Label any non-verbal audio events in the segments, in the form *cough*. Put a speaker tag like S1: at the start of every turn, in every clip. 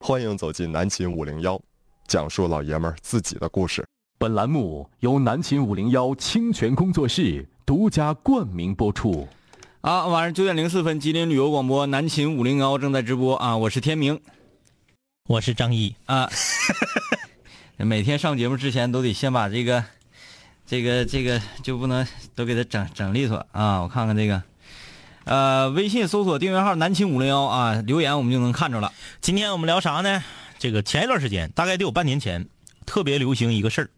S1: 欢迎走进南秦五零幺，讲述老爷们儿自己的故事。
S2: 本栏目由南秦五零幺清泉工作室独家冠名播出。
S3: 啊，晚上九点零四分，吉林旅游广播南秦五零幺正在直播啊，我是天明
S4: 我是张一，
S3: 啊。 *laughs* 每天上节目之前都得先把这个、这个、这个就不能都给它整整利索啊。我看看这个，呃，微信搜索订阅号“南秦五零幺”啊，留言我们就能看着了。
S4: 今天我们聊啥呢？这个前一段时间，大概得有半年前，特别流行一个事儿，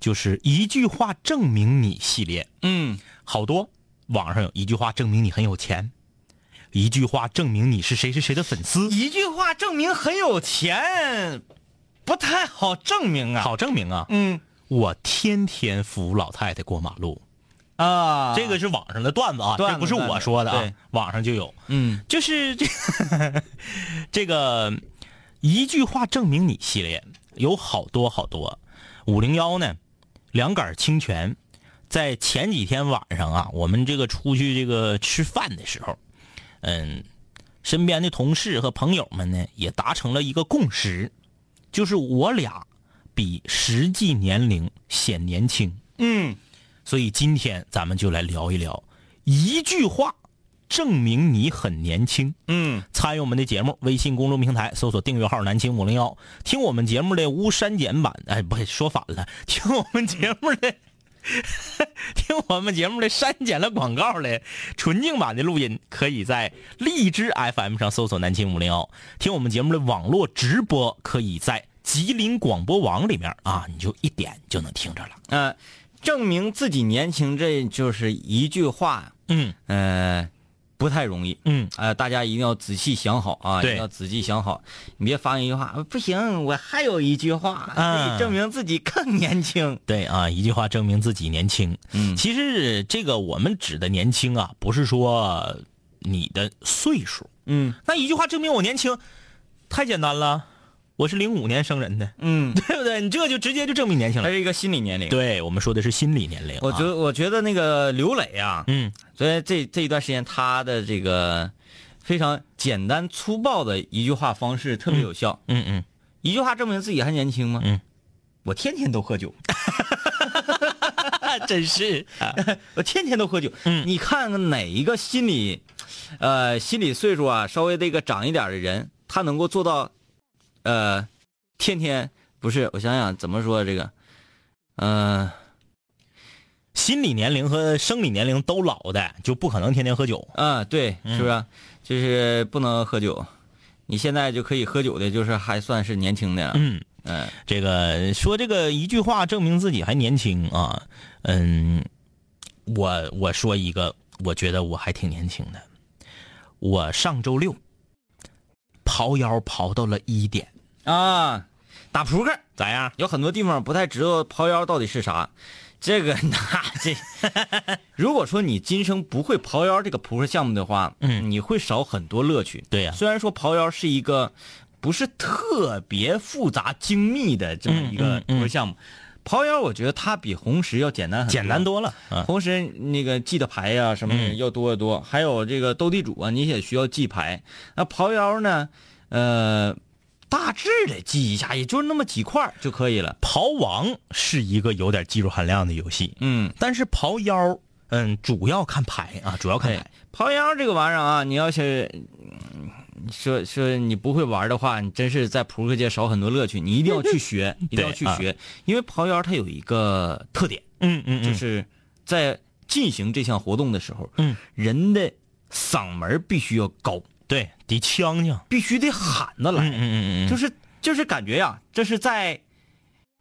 S4: 就是一句话证明你系列，
S3: 嗯，
S4: 好多网上有一句话证明你很有钱，一句话证明你是谁谁谁的粉丝，
S3: 一句话证明很有钱，不太好证明啊。
S4: 好证明啊！
S3: 嗯
S4: 我天天扶老太太过马路，
S3: 啊，
S4: 这个是网上的段子啊，
S3: 段
S4: 这
S3: 子
S4: 不是我说的
S3: 段子
S4: 啊
S3: 对，
S4: 网上就有，
S3: 嗯
S4: 就是这 *laughs* 这个一句话证明你系列有好多好多。五零幺呢，两杆清泉，在前几天晚上啊，我们这个出去这个吃饭的时候，嗯，身边的同事和朋友们呢也达成了一个共识，就是我俩比实际年龄显年轻。
S3: 嗯，
S4: 所以今天咱们就来聊一聊，一句话证明你很年轻。
S3: 嗯，
S4: 参与我们的节目，微信公众平台搜索订阅号“南青五零幺”，听我们节目的无删减版，哎，不是说反了，听我们节目的。 *laughs* 听我们节目的删减了广告的纯净版的录音，可以在荔枝 FM 上搜索“南青五零幺”。听我们节目的网络直播，可以在吉林广播网里面啊，你就一点就能听着了。
S3: 呃，证明自己年轻，这就是一句话，
S4: 嗯
S3: 呃，不太容易。
S4: 嗯，
S3: 呃，大家一定要仔细想好啊，一
S4: 对
S3: 定要仔细想好，你别发一句话，呃不行，我还有一句话，
S4: 嗯
S3: 可以证明自己更年轻。
S4: 对啊，一句话证明自己年轻。
S3: 嗯
S4: 其实这个我们指的年轻啊，不是说你的岁数。
S3: 嗯
S4: 那一句话证明我年轻，太简单了。我是零五年生 *laughs* 人的，
S3: 嗯，
S4: 对不对？你这就直接就证明年轻
S3: 它
S4: 了。
S3: 是一个心理年龄。，
S4: 哎对我们说的是心理年龄啊、
S3: 我觉得我觉得那个刘磊啊，
S4: 嗯
S3: 所以这这一段时间他的这个非常简单粗暴的一句话方式特别有效，
S4: 嗯嗯，
S3: 一句话证明自己还年轻吗？
S4: 嗯，
S3: 我天天都喝酒，
S4: 啊， *laughs* 真是啊，
S3: 我天天都喝酒。
S4: 嗯
S3: 你看看哪一个心理，呃，心理岁数啊稍微这个长一点的人，他能够做到，呃，天天不是？我想想怎么说这个，呃，
S4: 心理年龄和生理年龄都老的，就不可能天天喝酒。
S3: 啊，对，
S4: 嗯
S3: 是不是？就是不能喝酒。你现在就可以喝酒的，就是还算是年轻的了。
S4: 嗯。
S3: 嗯
S4: 这个说这个一句话证明自己还年轻啊，嗯，我我说一个，我觉得我还挺年轻的。我上周六刨腰刨到了一点，
S3: 啊，打扑克
S4: 咋样？
S3: 有很多地方不太知道刨腰到底是啥。这个 *laughs* 那
S4: *laughs*
S3: 这，如果说你今生不会刨腰这个扑克项目的话，
S4: 嗯
S3: 你会少很多乐趣。
S4: 对呀
S3: 虽然说刨腰是一个不是特别复杂精密的这么一个
S4: 嗯嗯嗯
S3: 扑克项目，刨腰我觉得它比红石要简单很多
S4: 简单。多了。嗯、
S3: 红石那个记的牌呀、什么的
S4: 嗯
S3: 要多得多，还有这个斗地主啊，你也需要记牌。那刨腰呢，呃，大致的记一下，也就那么几块儿就可以了。
S4: 刨王是一个有点技术含量的游戏，
S3: 嗯，
S4: 但是刨腰，嗯，主要看牌啊，主要看
S3: 对
S4: 牌。，
S3: 刨腰这个玩意儿啊，你要是嗯说说你不会玩的话，你真是在扑克界少很多乐趣。你一定要去
S4: *laughs*
S3: 学，一定要
S4: 啊
S3: 去学，因为刨腰它有一个特点，
S4: 嗯嗯
S3: 就，是在进行这项活动的时候，
S4: 嗯，
S3: 人的嗓门必须要高，
S4: 对，得呛呛。
S3: 必须得喊着
S4: 嗯
S3: 来，
S4: 嗯嗯嗯，
S3: 就是就是感觉呀，这是在，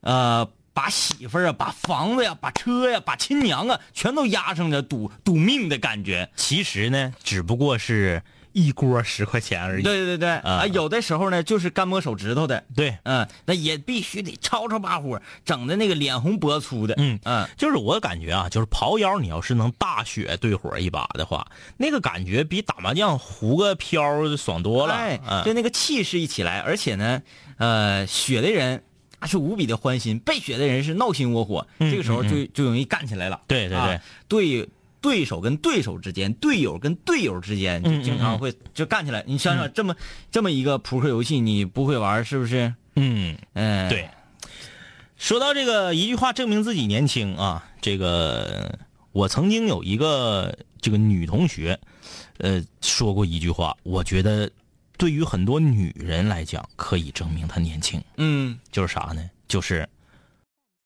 S3: 呃。把媳妇儿啊，把房子呀、把车呀、把亲娘啊，全都押上了赌赌命的感觉。
S4: 其实呢，只不过是一锅十块钱而已。
S3: 对对对，啊，有的时候呢，就是干摸手指头的，
S4: 对，
S3: 嗯，那也必须得吵吵把火，整的那个脸红脖粗的，
S4: 嗯
S3: 嗯
S4: 就是我感觉啊，就是刨腰，你要是能大雪对火一把的话，那个感觉比打麻将胡个飘儿爽多了。
S3: 哎，
S4: 嗯
S3: 就那个气势一起来，而且呢，呃，雪的人啊是无比
S4: 嗯
S3: 的欢心，被雪的人是闹心窝火，这个时候就就容易干起来了，
S4: 对对对
S3: 啊对对手跟对手之间，队友跟队友之间，就
S4: 嗯嗯嗯
S3: 经常会就干起来。你想想，这么这么一个扑克游戏，你不会玩是不是？
S4: 嗯，
S3: 嗯，
S4: 对。说到这个一句话证明自己年轻啊，这个我曾经有一个这个女同学，呃，说过一句话，我觉得对于很多女人来讲可以证明她年轻，
S3: 嗯
S4: 就是啥呢？就是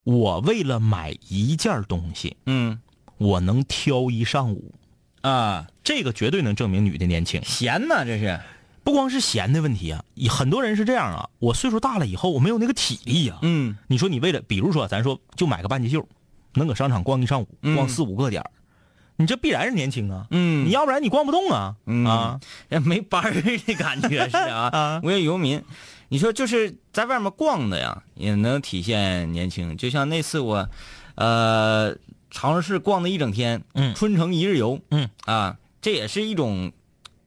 S4: 我为了买一件东西，
S3: 嗯
S4: 我能挑一上午，
S3: 啊，
S4: 这个绝对能证明女的年轻。
S3: 闲呐，这是，
S4: 不光是闲的问题啊，也很多人是这样啊。我岁数大了以后，我没有那个体力呀、
S3: 嗯
S4: 你说你为了，比如说啊咱说就买个半截袖，能搁商场逛一上午，
S3: 嗯
S4: 逛四五个点儿你这必然是年轻啊。
S3: 嗯，
S4: 你要不然你逛不动啊、
S3: 嗯
S4: 啊！
S3: 哎没班儿 *laughs* 的感觉是
S4: *laughs*
S3: 啊，无业游民。你说就是在外面逛的呀，也能体现年轻。就像那次我，呃，长春市逛了一整天，
S4: 嗯
S3: 春城一日游，
S4: 嗯
S3: 啊，这也是一种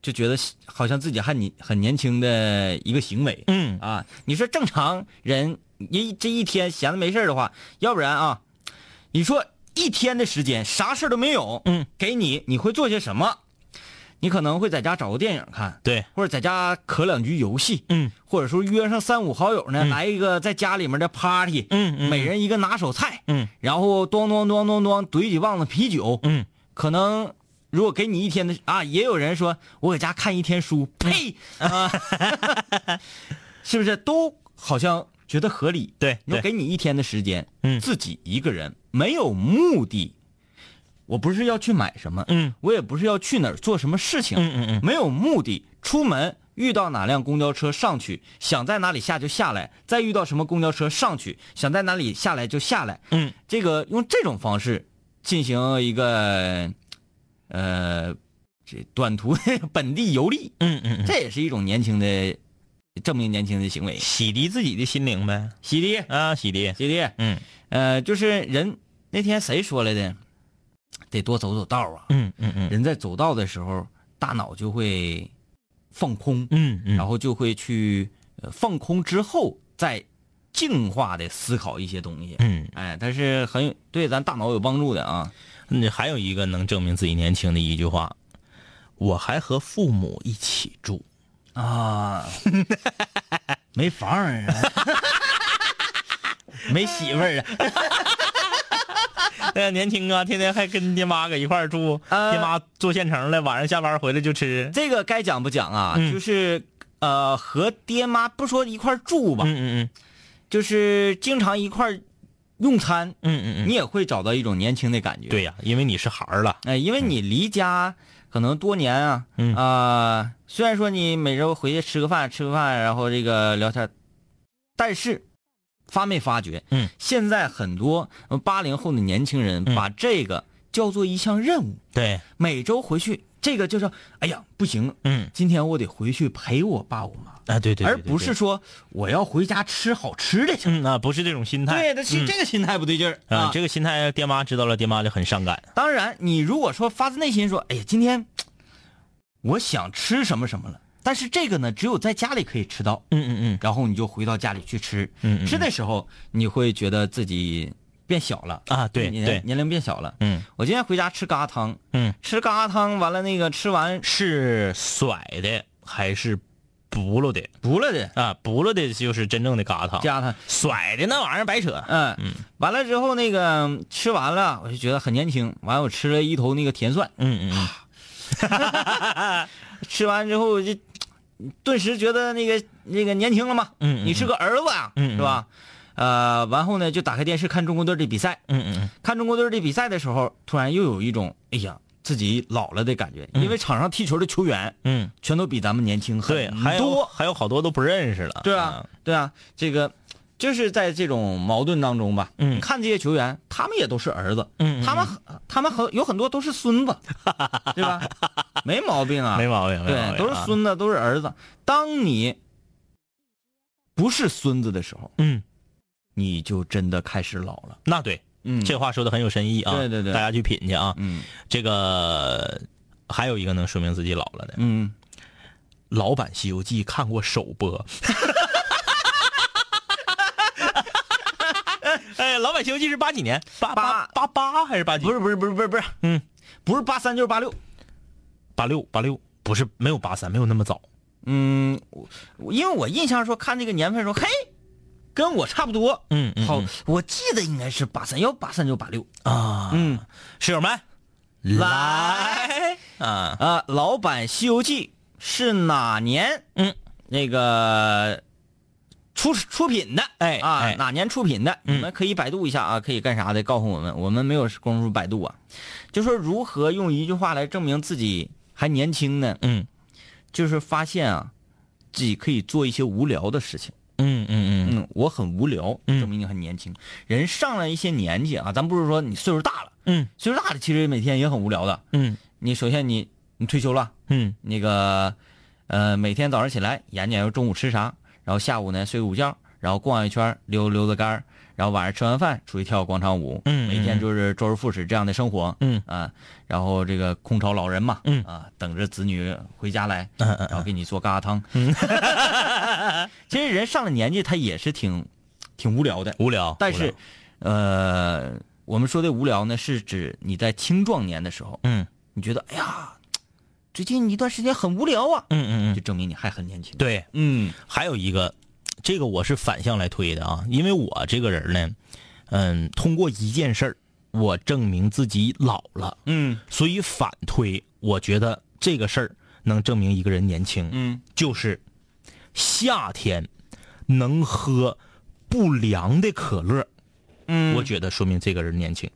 S3: 就觉得好像自己还你很年轻的一个行为
S4: 嗯，
S3: 啊。你说正常人一这一天闲的没事儿的话，要不然啊，你说一天的时间啥事儿都没有，
S4: 嗯，
S3: 给你你会做些什么？你可能会在家找个电影看，
S4: 对，
S3: 或者在家磕两局游戏，
S4: 嗯
S3: 或者说约上三五好友呢，
S4: 嗯
S3: 来一个在家里面的 party，
S4: 嗯嗯，
S3: 每人一个拿手菜，
S4: 嗯
S3: 然后咚咚咚咚咚怼几棒子啤酒，
S4: 嗯，
S3: 可能如果给你一天的啊，也有人说我搁家看一天书，
S4: 嗯 *laughs*
S3: 呸啊， *laughs* 是不是都好像觉得合理？
S4: 对
S3: 你说
S4: 对
S3: 给你一天的时间，
S4: 嗯
S3: 自己一个人没有目的，我不是要去买什么，
S4: 嗯
S3: 我也不是要去哪儿做什么事情，
S4: 嗯嗯嗯
S3: 没有目的，出门遇到哪辆公交车上去，想在哪里下就下来，再遇到什么公交车上去，想在哪里下来就下来。
S4: 嗯，
S3: 这个用这种方式进行一个呃这短途 *laughs* 本地游历，
S4: 嗯嗯嗯，
S3: 这也是一种年轻的证明年轻的行为。
S4: 洗涤自己的心灵呗
S3: 洗涤，
S4: 啊，洗涤。
S3: 洗涤，
S4: 嗯
S3: 呃，就是人那天谁说来的，得多走走道啊。
S4: 嗯嗯嗯
S3: 人在走道的时候，大脑就会放空，
S4: 嗯嗯，
S3: 然
S4: 后
S3: 后就会去呃放空之后再净化的思考一些东西。
S4: 嗯，
S3: 哎，它是很有对咱大脑有帮助的啊。
S4: 那还有一个能证明自己年轻的一句话，我还和父母一起住。
S3: 啊， *laughs* 没房儿啊，没媳妇儿啊，
S4: *laughs* 那年轻啊，天天还跟爹妈搁一块儿住，
S3: 呃
S4: 爹妈做现成的，晚上下班回来就吃。
S3: 这个该讲不讲啊？
S4: 嗯
S3: 就是呃，和爹妈不说一块儿住吧，
S4: 嗯嗯
S3: 就是经常一块儿用餐，
S4: 嗯嗯嗯
S3: 你也会找到一种年轻的感觉。
S4: 嗯，，对呀、因为你是孩儿了。
S3: 哎，因为你离家可能多年啊，
S4: 嗯
S3: 啊、虽然说你每周回去吃个饭，吃个饭，然后这个聊天，但是发没发觉？
S4: 嗯，
S3: 现在很多呃八零后的年轻人
S4: 嗯
S3: 把这个叫做一项任务，
S4: 对，
S3: 每周回去，这个就是，哎呀，不行，
S4: 嗯
S3: 今天我得回去陪我爸我妈，
S4: 啊，对对对
S3: 而不是说我要回家吃好吃的去。
S4: 嗯啊，不是这种心态。
S3: 对，这心
S4: 嗯
S3: 这个心态不对劲儿
S4: 啊，这个心态爹妈知道了，爹妈就很伤感。
S3: 当然，你如果说发自内心说，哎呀，今天我想吃什么什么了，但是这个呢，只有在家里可以吃到，
S4: 嗯嗯
S3: 然后你就回到家里去吃。
S4: 嗯嗯
S3: 吃的时候你会觉得自己变小了，
S4: 嗯啊，对
S3: 年
S4: 对，
S3: 年龄变小了。
S4: 嗯
S3: 我今天回家吃疙瘩汤，
S4: 嗯，
S3: 吃疙瘩汤完了那个吃完 *sniffs*
S4: 是甩的还是不了的
S3: 不了的
S4: 啊？不了的就是真正的嘎汤，
S3: 加它，
S4: 甩的那玩意儿白扯。
S3: 嗯，完了之后那个嗯吃完了，我就觉得很年轻。完了我吃了一头那个甜蒜，
S4: 嗯嗯嗯，
S3: 吃完之后我就顿时觉得那个那个年轻了嘛，
S4: 嗯嗯
S3: 你是个儿子啊，
S4: 嗯嗯
S3: 是吧？呃，完后呢就打开电视看中国队的比赛，
S4: 嗯嗯
S3: 看中国队的比赛的时候，突然又有一种哎呀自己老了的感觉，因为场上踢球的球员
S4: 嗯，
S3: 全都比咱们年轻
S4: 对，
S3: 很
S4: 还有嗯
S3: 多，
S4: 还有好多都不认识了。
S3: 对啊，对啊，这个就是在这种矛盾当中吧，
S4: 嗯
S3: 你看这些球员，他们也都是儿子，
S4: 嗯嗯
S3: 他们很他们很有很多都是孙子，对
S4: *laughs*
S3: 吧？没毛病啊，
S4: 没毛病，没毛病
S3: 对，都是
S4: 啊。
S3: 孙子，都是儿子。当你不是孙子的时候，
S4: 嗯，
S3: 你就真的开始老了。
S4: 那对，
S3: 嗯
S4: 这话说的很有深意啊。
S3: 对对对
S4: 大家去品去啊。
S3: 嗯
S4: 这个还有一个能说明自己老了的，
S3: 嗯，
S4: 老版《西游记》看过首播。 *laughs* 哎，老版《西游记》是八几年？八
S3: 八
S4: 哎八八八还是八几？
S3: 不
S4: 是，
S3: 是不是不是不是不是，
S4: 嗯，
S3: 不是八三就是八六。
S4: 八六八六不是没有八三，没有那么早。
S3: 嗯，我我因为我印象说看这个年份说，嘿，跟我差不多。
S4: 嗯嗯
S3: 好，我记得应该是八三幺八三九八六。
S4: 啊，
S3: 嗯，
S4: 室友们
S3: 来
S4: 啊，
S3: 啊，老版《西游记》是哪年？
S4: 嗯，
S3: 那个出出品的，
S4: 哎
S3: 啊，
S4: 哎
S3: 哪年出品的？
S4: 嗯
S3: 你们可以百度一下啊，可以干啥的？告诉我们，我们没有功夫百度啊。就说如何用一句话来证明自己还年轻呢？
S4: 嗯
S3: 就是发现啊，自己可以做一些无聊的事情。
S4: 嗯嗯嗯
S3: 嗯，我很无聊，
S4: 嗯
S3: 证明你很年轻。人上了一些年纪啊，咱不是说你岁数大了，
S4: 嗯
S3: 岁数大了其实每天也很无聊的。
S4: 嗯
S3: 你首先你你退休了，
S4: 嗯
S3: 那个呃，每天早上起来研究中午吃啥，然后下午呢睡个午觉，然后逛一圈溜溜达杆儿然后晚上吃完饭出去跳广场舞，
S4: 嗯
S3: 每天就是周而复始这样的生活，
S4: 嗯
S3: 啊，然后这个空巢老人嘛，
S4: 嗯
S3: 啊，等着子女回家来，
S4: 嗯嗯嗯
S3: 然后给你做疙瘩汤，嗯 *laughs* 其实人上了年纪他也是挺挺无聊的，
S4: 无聊，
S3: 但
S4: 无
S3: 是
S4: 聊
S3: 呃，我们说的无聊呢，是指你在青壮年的时候，
S4: 嗯
S3: 你觉得哎呀，最近一段时间很无聊啊，
S4: 嗯嗯
S3: 就
S4: 嗯，
S3: 证明你还很年轻。
S4: 对，
S3: 嗯
S4: 还有一个，这个我是反向来推的啊，因为我这个人呢，嗯，通过一件事儿，我证明自己老了，
S3: 嗯
S4: 所以反推，我觉得这个事儿能证明一个人年轻，
S3: 嗯，
S4: 就是夏天能喝不凉的可乐，
S3: 嗯
S4: 我觉得说明这个人年轻，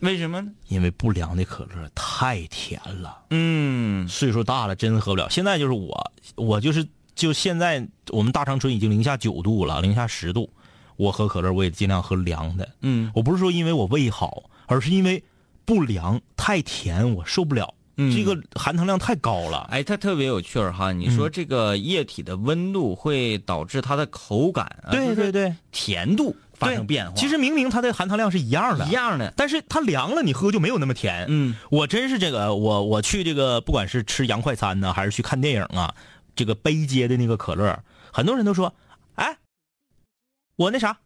S3: 为什么呢？
S4: 因为不凉的可乐太甜了，
S3: 嗯
S4: 岁数大了真喝不了。现在就是我，我就是就现在我们大长春已经零下九度了，零下十度，我喝可乐我也尽量喝凉的。
S3: 嗯
S4: 我不是说因为我胃好，而是因为不凉太甜我受不了，
S3: 嗯
S4: 这个含糖量太高了。
S3: 哎，它特别有趣儿哈！你说这个液体的温度会导致它的口感、啊，
S4: 对对，对，
S3: 甜度发
S4: 对
S3: 生变化，
S4: 其实明明它的含糖量是一样的，
S3: 一样的。
S4: 但是它凉了，你喝就没有那么甜。
S3: 嗯，
S4: 我真是这个，我我去这个，不管是吃洋快餐呢，还是去看电影啊，这个杯街的那个可乐，很多人都说，哎，我那啥，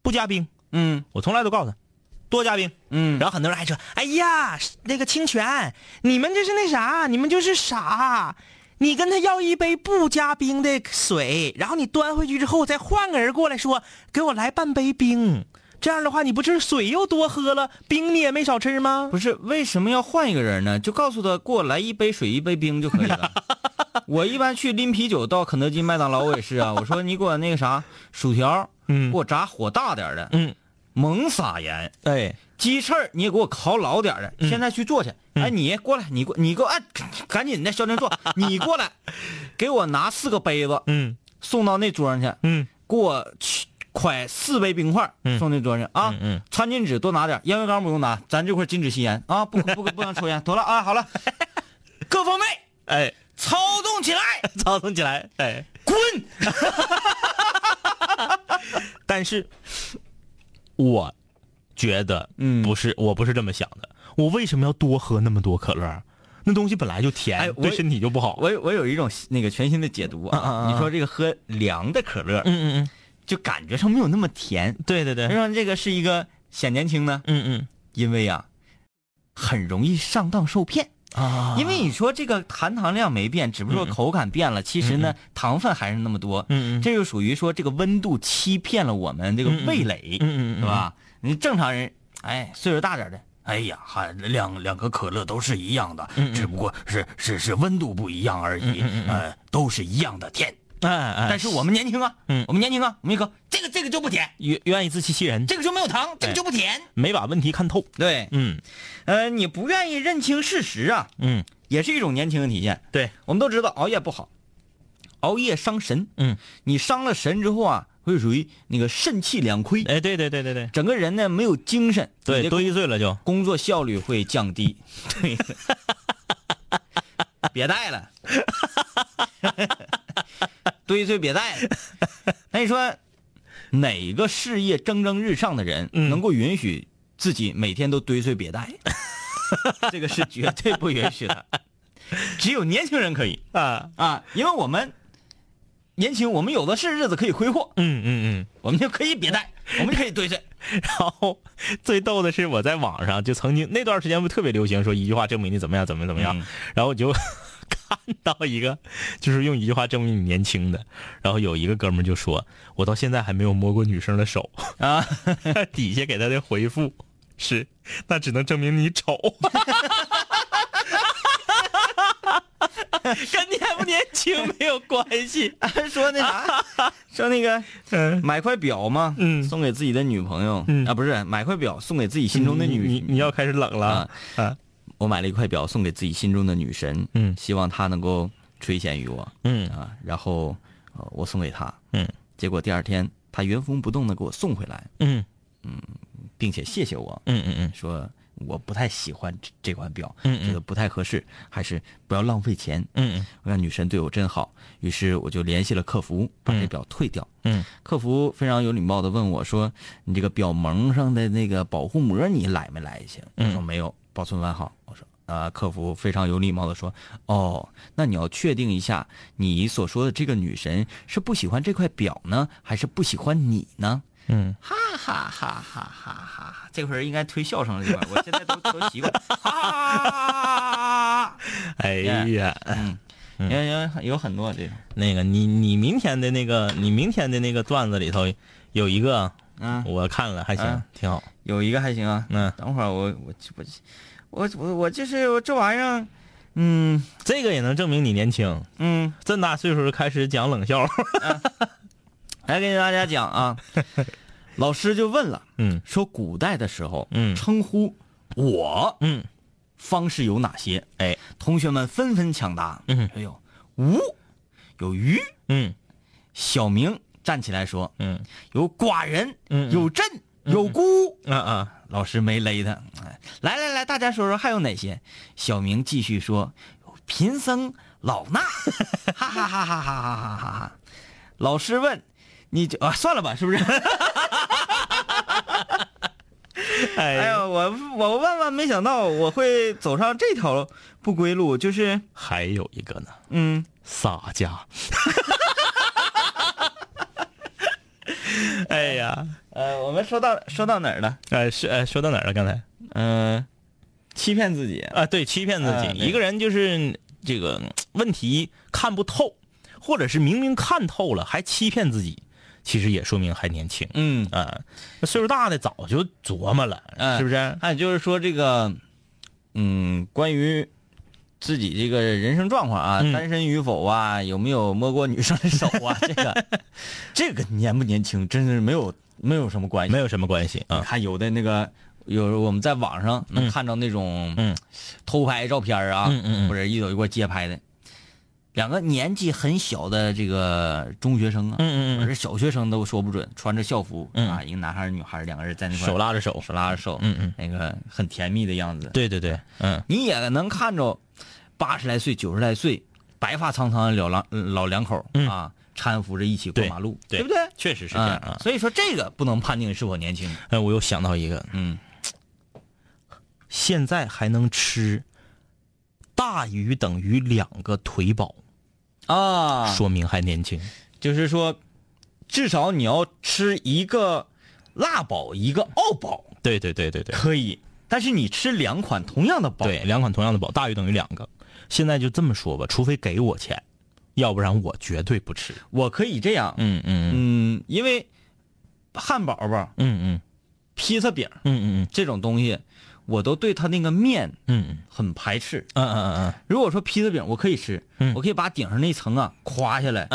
S4: 不加冰，
S3: 嗯
S4: 我从来都告诉他，多加冰。
S3: 嗯，
S4: 然后很多人还说，哎呀，那个清泉，你们这是那啥，你们就是傻。你跟他要一杯不加冰的水，然后你端回去之后，再换个人过来说给我来半杯冰，这样的话你不是水又多喝了，冰你也没少吃吗？
S3: 不是为什么要换一个人呢？就告诉他给我来一杯水一杯冰就可以
S4: *laughs*
S3: 了。我一般去拎啤酒到肯德基、麦当劳，我也是啊。我说你给我那个啥薯条，
S4: 嗯
S3: 给我炸火大点儿的，
S4: 嗯，
S3: 猛撒盐，
S4: 哎，
S3: 鸡翅儿你也给我烤老点儿
S4: 嗯
S3: 的，现在去做去。哎，你过来，你过，你给我，哎，赶紧的，肖振作，你过
S4: *laughs*
S3: 来，给我拿四个杯子
S4: 嗯
S3: 送到那桌上去，
S4: 嗯
S3: 给我去快四杯冰块儿送那桌上去啊。
S4: 嗯
S3: 餐巾纸多拿点儿，烟灰缸不用拿，咱这块儿禁止吸烟啊，不不不不能抽 *laughs* 烟，妥了啊，好了，各方面
S4: 哎，
S3: 操纵起来，
S4: 操纵起来，哎，
S3: 滚！
S4: *laughs* 但是，我觉得，
S3: 嗯
S4: 不是，我不是这么想的。我为什么要多喝那么多可乐？那东西本来就甜，
S3: 哎我
S4: 对身体就不好。
S3: *laughs* 我有我有一种那个全新的解读啊，
S4: 啊啊啊
S3: 你说这个喝凉的可乐，
S4: 嗯嗯嗯，
S3: 就感觉上没有那么甜，
S4: 对对对，
S3: 为什么这个是一个显年轻呢？
S4: 嗯
S3: 因为啊，很容易上当受骗。
S4: 嗯啊
S3: 因为你说这个含糖量没变，只不过口感变了，其实呢，糖分还是那么多。
S4: 嗯嗯
S3: 这就属于说这个温度欺骗了我们这个味蕾，
S4: 嗯嗯嗯嗯
S3: 是吧？你正常人，哎，岁数大点的。哎呀，含两两个可乐都是一样的，
S4: 嗯
S3: 只不过是是是温度不一样而已，呃，都是一样的甜。
S4: 哎嗯哎，
S3: 但是我们年轻啊，
S4: 嗯
S3: 我们年轻啊，我们一喝这个这个就不甜，
S4: 愿愿意自欺欺人，哎
S3: 这个就没有糖，这个就不甜。
S4: 没把问题看透。
S3: 对，
S4: 嗯
S3: 呃，你不愿意认清事实啊，
S4: 嗯，
S3: 也是一种年轻的体现。
S4: 对，
S3: 我们都知道熬夜不好，熬夜伤神。
S4: 嗯，
S3: 你伤了神之后啊，会属于那个肾气两亏，
S4: 哎，对对对对对
S3: 整个人呢没有精神，你
S4: 对，
S3: 的
S4: 多一岁了就，
S3: 工作效率会降
S4: *laughs*
S3: 低。对，别带了， *laughs* 堆堆别带了。那你说，哪个事业蒸蒸日上的人
S4: 嗯
S3: 能够允许自己每天都堆堆别
S4: *laughs*
S3: 带？这个是绝对不允许的，只有年轻人可以
S4: 啊，
S3: 啊，因为我们年轻，我们有的是日子可以挥霍，
S4: 嗯嗯 *laughs*
S3: 我们就可以别带。我们就可以对着。
S4: 然后最逗的是，我在网上就曾经那段时间不特别流行说一句话证明你怎么样怎么怎么样，
S3: 嗯
S4: 然后我就 *laughs* 看到一个就是用一句话证明你年轻的，然后有一个哥们儿就说我到现在还没有摸过女生的手 *laughs*
S3: 啊，
S4: 底下给他的回复是那只能证明你丑， *laughs* 跟年不年轻没有关
S3: *laughs*
S4: 系，
S3: 啊说那啥，
S4: *laughs*
S3: 说那个
S4: 嗯。
S3: 买块表嘛，
S4: 嗯
S3: 送给自己的女朋友，
S4: 嗯
S3: 啊，不是买块表送给自己心中的女，
S4: 你你你要开始冷了
S3: 啊，
S4: 啊，
S3: 我买了一块表送给自己心中的女神，
S4: 嗯
S3: 希望她能够垂涎于我
S4: 嗯
S3: 啊，然后、呃我送给她，
S4: 嗯，
S3: 结果第二天她原封不动的给我送回来，
S4: 嗯
S3: 并且谢谢我，
S4: 嗯嗯嗯，
S3: 说我不太喜欢这这款表，
S4: 嗯嗯
S3: 觉得不太合适，还是不要浪费钱，
S4: 嗯
S3: 我看女神对我真好，于是我就联系了客服，把这表退掉。
S4: 嗯，
S3: 客服非常有礼貌的问我说：“你这个表蒙上的那个保护膜你来没来去？”
S4: 嗯
S3: 我说：“没有，保存完好。”我说：“啊、客服非常有礼貌的说：‘哦，那你要确定一下，你所说的这个女神是不喜欢这块表呢，还是不喜欢你呢？’”
S4: 嗯，
S3: 哈哈哈哈哈哈！这会儿应该推笑声了，这块儿我现在都 *laughs* 都习惯。哈，
S4: 哎呀，
S3: 有
S4: 嗯
S3: 有有很多这种，
S4: 那个你你明天的那个你明天的那个段子里头有一个，
S3: 嗯。
S4: 我看了还行，
S3: 嗯
S4: 挺好。
S3: 有一个还行啊。
S4: 嗯，
S3: 等会儿我我我我我我就是我这玩意儿，嗯
S4: 这个也能证明你年轻，
S3: 嗯，
S4: 这么大岁数就开始讲冷
S3: *laughs*
S4: 笑话。
S3: 来给大家讲
S4: *laughs*
S3: 啊。老师就问了，
S4: 嗯
S3: 说古代的时候，
S4: 嗯
S3: 称呼我
S4: 嗯
S3: 方式有哪些？哎，同学们纷纷抢答。
S4: 嗯，
S3: 哎呦，吴有鱼，
S4: 嗯
S3: 小明站起来说
S4: 嗯
S3: 有寡人，
S4: 嗯嗯
S3: 有朕，有孤。
S4: 啊啊
S3: 老师没勒他。哎来来来，大家说说还有哪些？小明继续说：“有贫僧老
S4: *laughs*
S3: 衲，哈哈哈哈哈哈哈哈哈。”老师问：“你就啊，算了吧，是不是？”哎
S4: *laughs* 哎
S3: 呀，我我万万没想到我会走上这条不归路，就是
S4: 还有一个呢，
S3: 嗯，
S4: 洒家。哎呀，
S3: 呃，我们说到说到哪儿了？
S4: 呃是呃说到哪儿了？刚才
S3: 嗯、欺骗自己。
S4: 啊，对，欺骗自
S3: 啊
S4: 己，
S3: 对
S4: 一个人就是这个嗯问题看不透，或者是明明看透了还欺骗自己，其实也说明还年轻。
S3: 嗯，
S4: 啊，那岁数大的早就琢磨了，
S3: 嗯
S4: 是不是？
S3: 还有就是说这个，嗯，关于自己这个人生状况啊，
S4: 嗯
S3: 单身与否啊，有没有摸过女生的手
S4: *laughs*
S3: 啊，这个这个年不年轻，真是没有没有什么关系。
S4: 没有什么关系
S3: 你
S4: 啊。
S3: 看有的那个。有我们在网上能
S4: 嗯
S3: 看到那种
S4: 嗯
S3: 偷拍照片啊，
S4: 嗯嗯嗯
S3: 或者一有一块街拍的，两个年纪很小的这个中学生啊，
S4: 嗯嗯嗯
S3: 或者是小学生都说不准，穿着校服、
S4: 嗯
S3: 啊，一个男孩儿女孩儿两个人在那块儿
S4: 手拉着手，
S3: 手拉着手，
S4: 嗯嗯，
S3: 那个很甜蜜的样子。，
S4: 对对对，嗯
S3: 你也能看着八十来岁、九十来岁，白发苍苍的老两老两口、
S4: 嗯
S3: 啊，搀扶着一起过
S4: 对
S3: 马路，
S4: 对
S3: 不对？
S4: 确实是这样啊
S3: 嗯。所以说这个不能判定是否年轻。
S4: 哎，我又想到一个，
S3: 嗯，
S4: 现在还能吃大于等于两个腿堡，
S3: 啊，
S4: 说明还年轻。
S3: 就是说，至少你要吃一个辣煲，一个奥煲
S4: 对对对对对
S3: 可以，但是你吃两款同样的煲，
S4: 对，两款同样的堡，大于等于两个。现在就这么说吧，除非给我钱，要不然我绝对不吃。
S3: 我可以这样，
S4: 嗯嗯
S3: 嗯，因为汉堡包、
S4: 嗯嗯
S3: 披萨饼
S4: 嗯嗯
S3: 这种东西，我都对它那个面
S4: 嗯嗯
S3: 很排斥。
S4: 嗯嗯嗯
S3: 如果说披萨饼我可以吃，
S4: 嗯
S3: 我可以把顶上那层啊夸下来，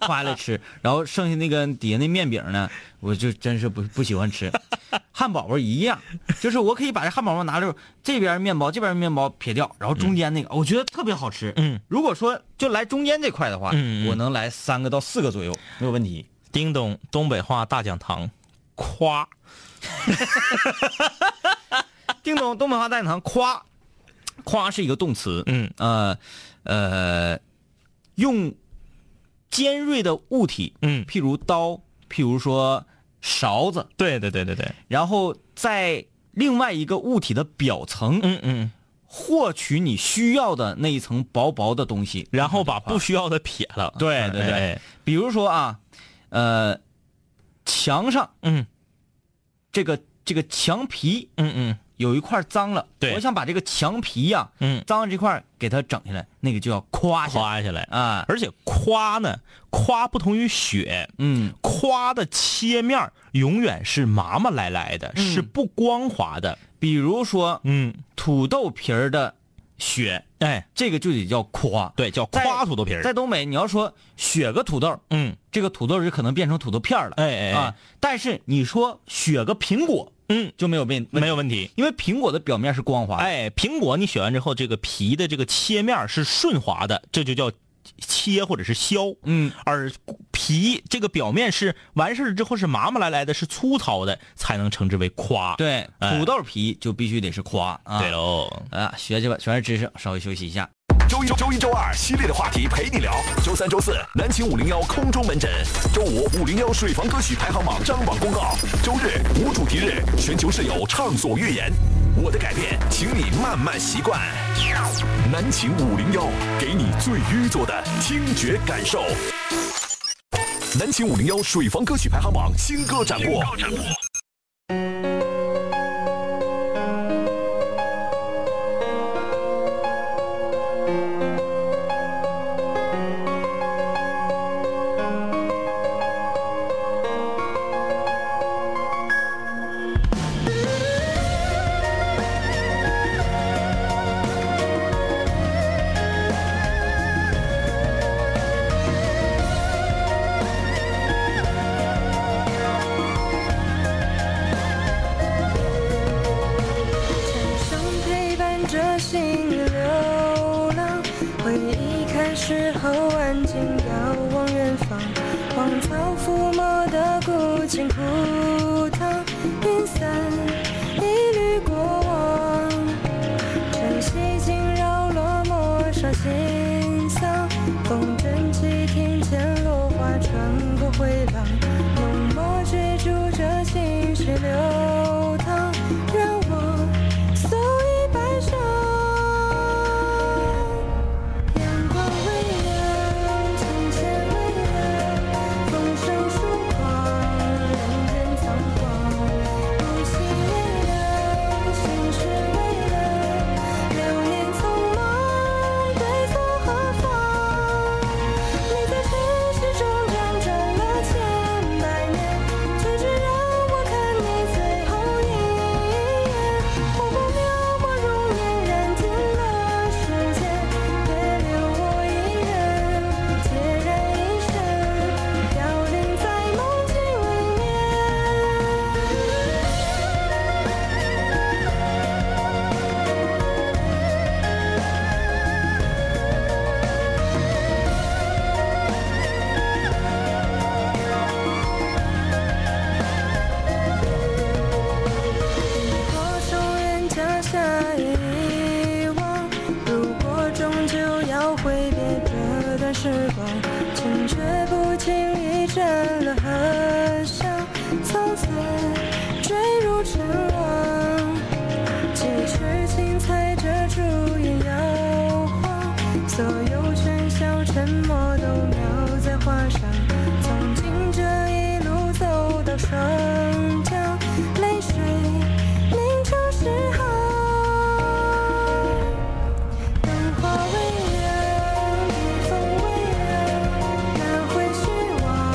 S3: 夸下来吃，然后剩下那个底下那面饼呢，我就真是不不喜欢吃。 *laughs* 汉堡包一样，就是我可以把这汉堡包拿溜，这边面包这边面包撇掉，然后中间那个、我觉得特别好吃。
S4: 嗯，
S3: 如果说就来中间这块的话，
S4: 嗯嗯嗯
S3: 我能来三个到四个左右，没有问题。
S4: 叮咚，东北话大讲堂，夸。
S3: 叮咚，东北话大讲堂，夸，夸是一个动词，
S4: 嗯
S3: 呃呃，用尖锐的物体，
S4: 嗯，
S3: 譬如刀，譬如说勺子，
S4: 对对对对对，
S3: 然后在另外一个物体的表层、
S4: 嗯嗯，
S3: 获取你需要的那一层薄薄的东西。
S4: 然后把不需要的撇了。
S3: 对对对
S4: 哎，
S3: 比如说啊，呃，墙上
S4: 嗯
S3: 这个这个墙皮
S4: 嗯嗯
S3: 有一块脏了，
S4: 对
S3: 我想把这个墙皮呀、
S4: 嗯，
S3: 脏了这块儿给它整下来，那个就要夸下来
S4: 夸下来。
S3: 啊，
S4: 而且夸呢，夸不同于雪，
S3: 嗯，
S4: 夸的切面儿永远是麻麻赖赖的，
S3: 嗯
S4: 是不光滑的。
S3: 比如说
S4: 嗯，
S3: 土豆皮儿的雪，
S4: 哎，
S3: 这个就得叫夸。
S4: 对，叫
S3: 在
S4: 夸土豆皮儿。
S3: 在东北，你要说雪个土豆，
S4: 嗯，
S3: 这个土豆就可能变成土豆片儿了，
S4: 哎哎哎
S3: 啊，但是你说雪个苹果，
S4: 嗯，
S3: 就没有变，
S4: 没有问题。
S3: 因为苹果的表面是光滑的，
S4: 哎，苹果你选完之后，这个皮的这个切面儿是顺滑的，这就叫切或者是削。
S3: 嗯，
S4: 而皮这个表面是完事儿之后是麻麻赖赖的，是粗糙的，才能称之为夸。
S3: 对，
S4: 哎
S3: 土豆皮就必须得是夸啊。
S4: 对喽。
S3: 啊，学去吧，全是知识。稍微休息一下。
S5: 周一周周一周二系列的话题陪你聊，周三周四南秦五零幺空中门诊，周五五零幺水房歌曲排行榜张榜公告，周日无主题日，全球室友畅所欲言。我的改变，请你慢慢习惯。南秦五零幺给你最淤作的听觉感受。南秦五零幺水房歌曲排行榜新歌展播。
S6: 蝉声陪伴着心流浪，回忆开始后安静，遥望远方，荒草覆没的古井枯塘，云散一缕过往，晨曦惊扰落寞伤心桑，风筝起听见落花穿过回廊，浓墨追逐着心事流淌，让我搜一白裳。阳光微凉，琴弦微凉，风声疏狂，人间仓皇。呼吸微凉，心事微凉，流年匆忙，对坐何方？你在尘世中辗转了千百年，只是让我看你最后一眼。湖泊描摹容颜，染尽了世间，别留我一人，孑然一身，飘零在梦境里面。多少人家下遗忘，如果终究要挥别这段时光，情却不经意沾了荷香，从此坠入尘网。几尺青踩着竹影摇晃，所有喧嚣沉默都描在画上。曾经这一路走到霜降，泪水凝成诗行。灯花微凉，笔锋微凉，拿回虚妄，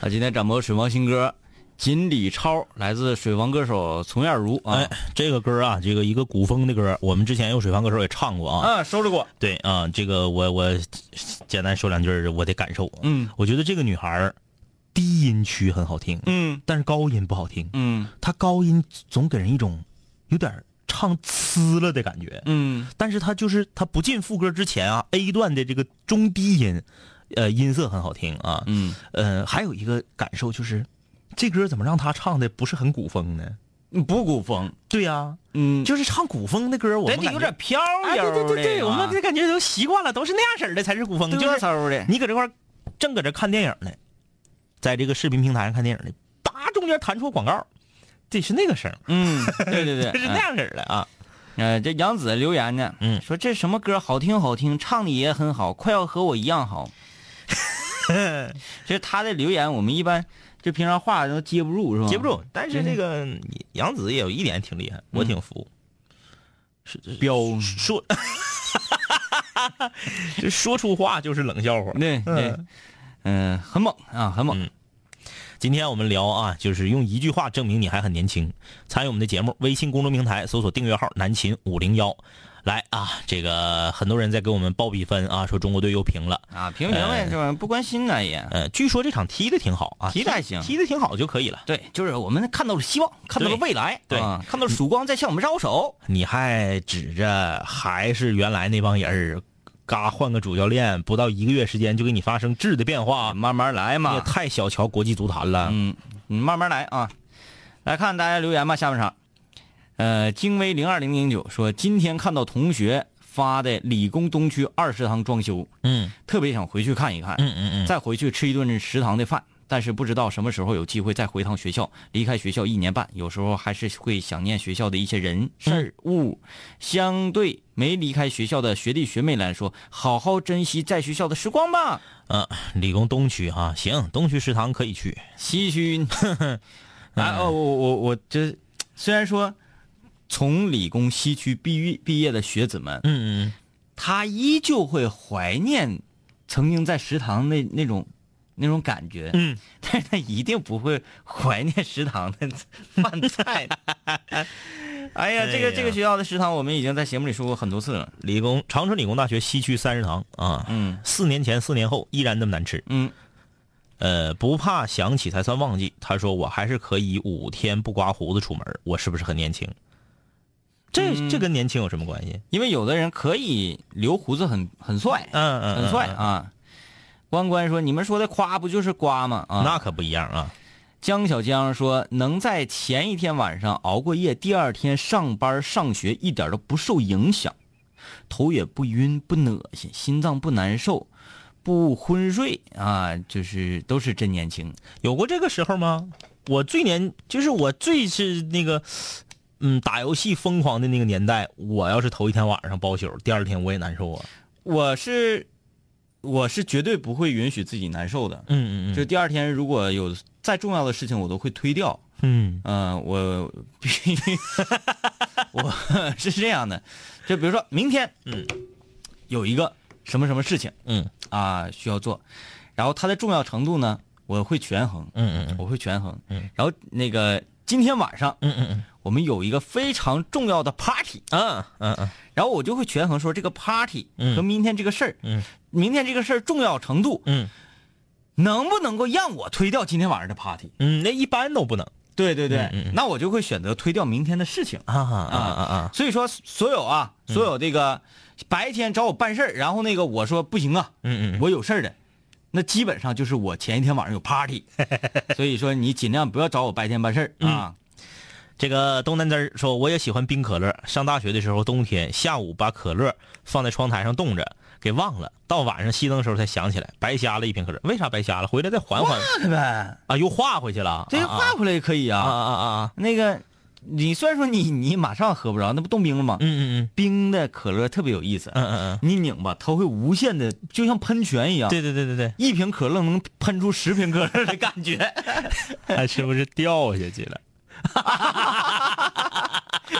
S3: 啊，今天展播水王新歌《锦鲤超》，来自水王歌手丛燕如啊。
S4: 哎，这个歌啊，这个一个古风的歌，我们之前有水房歌手也唱过啊。
S3: 啊，收着过。
S4: 对啊，这个我我简单说两句儿我的感受。
S3: 嗯
S4: 我觉得这个女孩儿低音区很好听，
S3: 嗯
S4: 但是高音不好听。
S3: 嗯
S4: 她高音总给人一种有点儿唱呲了的感觉。
S3: 嗯
S4: 但是她就是她不进副歌之前啊，A 段的这个中低音，呃，音色很好听啊。
S3: 嗯，
S4: 呃，还有一个感受就是，这歌怎么让她唱的不是很古风呢？
S3: 不古风，
S4: 对啊呀、
S3: 嗯，
S4: 就是唱古风的歌，我
S3: 得得
S4: 们感
S3: 有
S4: 觉
S3: 点飘
S4: 哎，
S3: 悠
S4: 对
S3: 的啊，
S4: 对对对，我们这感觉都习惯了，都是那样式儿的才是古风，就
S3: 嘚
S4: 是
S3: 嗖的。
S4: 你搁这块儿正搁这看电影呢，在这个视频平台上看电影呢，叭中间弹出广告，这是那个声儿，
S3: 嗯，对对 *laughs* 对，
S4: 这是
S3: 哎
S4: 那样式儿的 *laughs* 啊。
S3: 呃，这杨子留言呢，
S4: 嗯
S3: 说这什么歌好听好听，唱的也很好，快要和我一样 *laughs* 好。其实他的留言，我们一般就平常话都接不住，是吧？
S4: 接不，住，但是这个杨紫也有一点挺厉害，
S3: 嗯
S4: 我挺服。 *laughs* 是是
S3: 标，
S4: 说， *laughs* 这说出话就是冷笑话。
S3: 对对，嗯、很猛啊，很猛。
S4: 嗯今天我们聊啊，就是用一句话证明你还很年轻。参与我们的节目，微信公众平台搜索订阅号“南秦五零幺”。来啊，这个很多人在给我们报比分啊，说中国队又平了。
S3: 啊，平平呗，
S4: 呃
S3: 是吧？不关心呢也。
S4: 呃，据说这场踢的挺好啊，
S3: 踢得还行
S4: 踢的挺好就可以了。
S3: 对，就是我们看到了希望，看到了
S4: 对
S3: 未来，
S4: 对
S3: 啊，看到了曙光在向我们招手。
S4: 你还指着还是原来那帮人儿，嘎换个主教练，不到一个月时间就给你发生质的变化，
S3: 啊慢慢来
S4: 你也
S3: 嘛，
S4: 太小瞧国际足坛了。
S3: 嗯，你慢慢来啊。来看大家留言吧，下半场。呃，京威零二零零九说，今天看到同学发的理工东区二食堂装修，
S4: 嗯
S3: 特别想回去看一看，
S4: 嗯嗯嗯，
S3: 再回去吃一顿食堂的饭。但是不知道什么时候有机会再回趟学校。离开学校一年半，有时候还是会想念学校的一些
S4: 嗯
S3: 人、事儿、物。相对没离开学校的学弟学妹来说，好好珍惜在学校的时光吧。
S4: 呃，理工东区啊，行，东区食堂可以去。
S3: 唏嘘。 *laughs* 啊
S4: 嗯
S3: 哦，我我我这虽然说从理工西区毕业毕业的学子们，
S4: 嗯嗯嗯。
S3: 他依旧会怀念曾经在食堂那那种那种感觉，
S4: 嗯，
S3: *laughs* 但是他一定不会怀念食堂的饭菜 *laughs* 的。哎呀，这
S4: 哎呀
S3: 个这个学校的食堂，我们已经在节目里说过很多次了。
S4: 理工长春理工大学西区三食堂啊，
S3: 嗯
S4: 四年前四年后依然那么难吃。
S3: 嗯，
S4: 呃，不怕想起才算忘记。他说我还是可以五天不刮胡子出门，我是不是很年轻？这、这跟年轻有什么关系？
S3: 因为有的人可以留胡子很很帅，
S4: 嗯嗯，
S3: 很帅
S4: 嗯、
S3: 啊。关关说：“你们说的夸不就是瓜吗？啊，
S4: 那可不一样啊。
S3: 江小江说：“能在前一天晚上熬过夜，第二天上班上学一点都不受影响，头也不晕不恶心，心脏不难受，不昏睡啊，就是都是真年轻。
S4: 有过这个时候吗？我最年就是我最是那个，嗯，打游戏疯狂的那个年代。我要是头一天晚上包宿，第二天我也难受啊。
S3: 我是我是绝对不会允许自己难受的，
S4: 嗯嗯
S3: 就第二天如果有再重要的事情，我都会推掉。
S4: 嗯
S3: 嗯、我 *laughs* 我 *laughs* 是这样的，就比如说明天，
S4: 嗯，
S3: 有一个什么什么事情。”
S4: 嗯
S3: 啊需要做，然后它的重要程度呢，我会权衡，
S4: 嗯嗯嗯
S3: 我会权衡。
S4: 嗯，
S3: 然后那个今天晚上
S4: 嗯嗯
S3: 我们有一个非常重要的 party，
S4: 嗯嗯嗯
S3: 然后我就会权衡说这个 party
S4: 嗯
S3: 和明天这个事儿，
S4: 嗯，
S3: 明天这个事儿重要程度
S4: 嗯
S3: 能不能够让我推掉今天晚上的 party？
S4: 嗯，那一般都不能。
S3: 对对对，
S4: 嗯嗯嗯
S3: 那我就会选择推掉明天的事情。
S4: 啊啊啊啊！嗯
S3: 所以说，所有啊，所有这个白天找我办事儿，然后那个我说不行啊，
S4: 嗯嗯，
S3: 我有事儿的，那基本上就是我前一天晚上有
S4: *laughs*
S3: party，所以说你尽量不要找我白天办事儿
S4: 嗯
S3: 啊。
S4: 这个东南枝儿说，我也喜欢冰可乐。上大学的时候，冬天下午把可乐放在窗台上冻着，给忘了，到晚上熄灯的时候才想起来，白瞎了一瓶可乐。为啥白瞎了？回来再缓缓
S3: 那呗，
S4: 啊，又化回去了。
S3: 这
S4: 啊
S3: 画回来也可以
S4: 啊啊
S3: 啊。
S4: 啊啊！
S3: 那个，你虽然说你你马上喝不着，那不冻冰了吗？
S4: 嗯嗯
S3: 冰的可乐特别有意思，
S4: 嗯嗯嗯
S3: 你拧吧，它会无限的，就像喷泉一样
S4: 嗯，。对对对对对，
S3: 一瓶可乐能喷出十瓶可乐的感觉，
S4: 哎，是不是掉下去了？
S3: *laughs*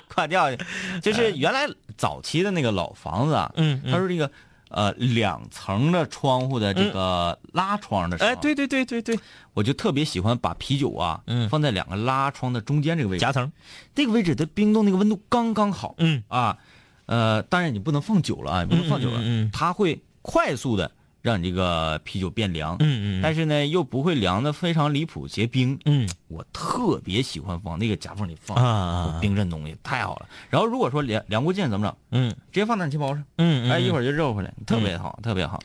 S3: 垮掉去。就是原来早期的那个老房子啊，
S4: 哎嗯嗯嗯
S3: 他说这个呃两层的窗户的这个拉窗的时候，
S4: 哎，对对对对对，
S3: 我就特别喜欢把啤酒啊，
S4: 嗯
S3: 放在两个拉窗的中间这个位置，
S4: 夹层，
S3: 这个位置的冰冻那个温度刚刚好，
S4: 嗯
S3: 啊，呃，当然你不能放久了啊，你不能放久了，
S4: 嗯嗯嗯
S3: 它会快速的让你这个啤酒变凉，
S4: 嗯嗯
S3: 但是呢又不会凉的非常离谱结冰，
S4: 嗯
S3: 我特别喜欢往那个夹缝里放
S4: 啊
S3: 冰镇东西，太好了。然后如果说凉凉过劲怎么整？
S4: 嗯
S3: 直接放暖气包上，
S4: 嗯
S3: 哎，
S4: 哎，
S3: 一
S4: 一会
S3: 会
S4: 儿
S3: 儿就热回来，特别好，特别好。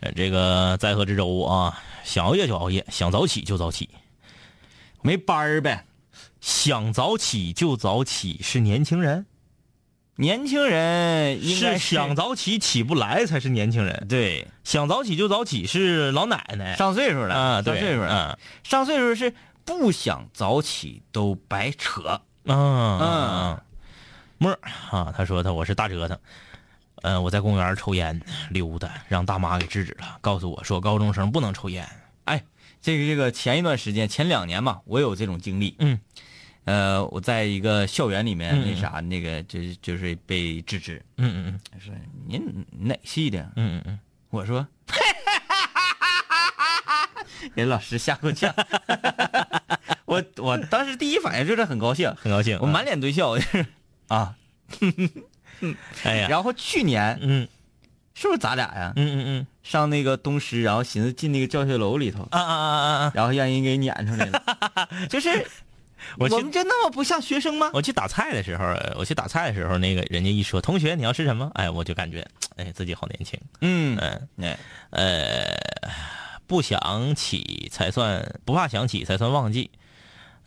S4: 呃这个在河之洲啊，想熬夜就熬夜，想早起就早起，
S3: 没班儿呗，
S4: 想早起就早起是年轻人，
S3: 年轻人应该
S4: 是想早起起不来才是年轻人，
S3: 对
S4: 想早起就早起是老奶奶
S3: 上岁数了
S4: 啊，
S3: 上
S4: 对，
S3: 岁数了，
S4: 嗯
S3: 上岁数是不想早起都白扯。
S4: 嗯嗯，沫儿啊，他说他我是大折腾，呃，我在公园抽烟溜达，让大妈给制止了，告诉我说高中生不能抽烟。
S3: 哎，这个这个前一段时间，前两年吧，我有这种经历。
S4: 嗯，
S3: 呃，我在一个校园里面
S4: 嗯
S3: 那啥那个就是就是被制止，
S4: 嗯嗯
S3: 他说您哪系的？
S4: 嗯嗯嗯
S3: 我说， *laughs* 给老师吓够呛。 *laughs* 我我当时第一反应就是很高兴，
S4: 很高兴啊
S3: 我满脸堆笑，就是啊。
S4: 嗯，哎呀，
S3: 然后去年
S4: 嗯
S3: 是不是咱俩呀？
S4: 嗯嗯嗯，
S3: 上那个东师，然后寻思进那个教学楼里头，
S4: 啊啊啊啊啊！
S3: 然后让人给撵出来了。 *laughs* 就是
S4: 我
S3: 我
S4: 去
S3: 们就那么不像学生吗？
S4: 我去打菜的时候，呃我去打菜的时候，那个人家一说同学你要吃什么，哎，我就感觉哎自己好年轻，
S3: 嗯，
S4: 嗯
S3: 哎，
S4: 呃，不想起才算不怕想起才算忘记。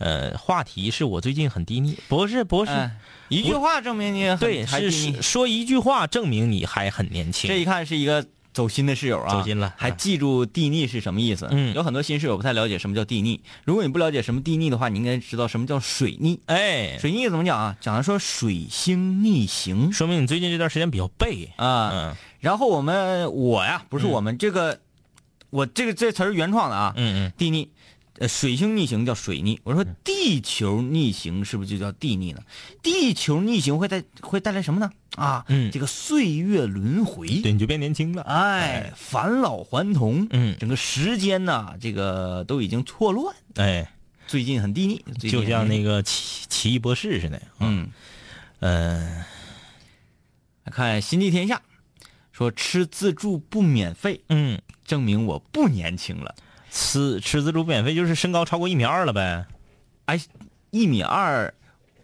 S4: 呃，话题是我最近很低迷，不是不是，
S3: 哎一句话证明你很
S4: 对，
S3: 还
S4: 是
S3: 比你
S4: 是说一句话证明你还很年轻。
S3: 这一看是一个走心的室友啊，
S4: 走心了
S3: 还
S4: 啊
S3: 记住地腻是什么意思。
S4: 嗯
S3: 有很多新室友不太了解什么叫地腻。如果你不了解什么地腻的话，你应该知道什么叫水逆。
S4: 哎，
S3: 水逆怎么讲啊？讲的说水星逆行
S4: 说明你最近这段时间比较背。
S3: 啊。
S4: 嗯
S3: 然后我们我呀，不是
S4: 嗯
S3: 我们这个，我这个这词儿原创的啊。
S4: 嗯嗯，
S3: 地逆，呃，水星逆行叫水逆。我说地球逆行是不是就叫地逆呢？地球逆行会带会带来什么呢？啊，
S4: 嗯
S3: 这个岁月轮回。
S4: 对，你就变年轻了。
S3: 哎，返老还童，
S4: 嗯
S3: 整个时间呐，这个都已经错乱，
S4: 哎，
S3: 最近很低迷，最近
S4: 就像
S3: 很低
S4: 那
S3: 迷，
S4: 个奇奇异博士似的。嗯
S3: 嗯，
S4: 嗯
S3: 看《心系天下》，说吃自助不免费，
S4: 嗯，
S3: 证明我不年轻了。
S4: 吃吃自助不免费，就是身高超过一米二了呗。
S3: 哎，一米二，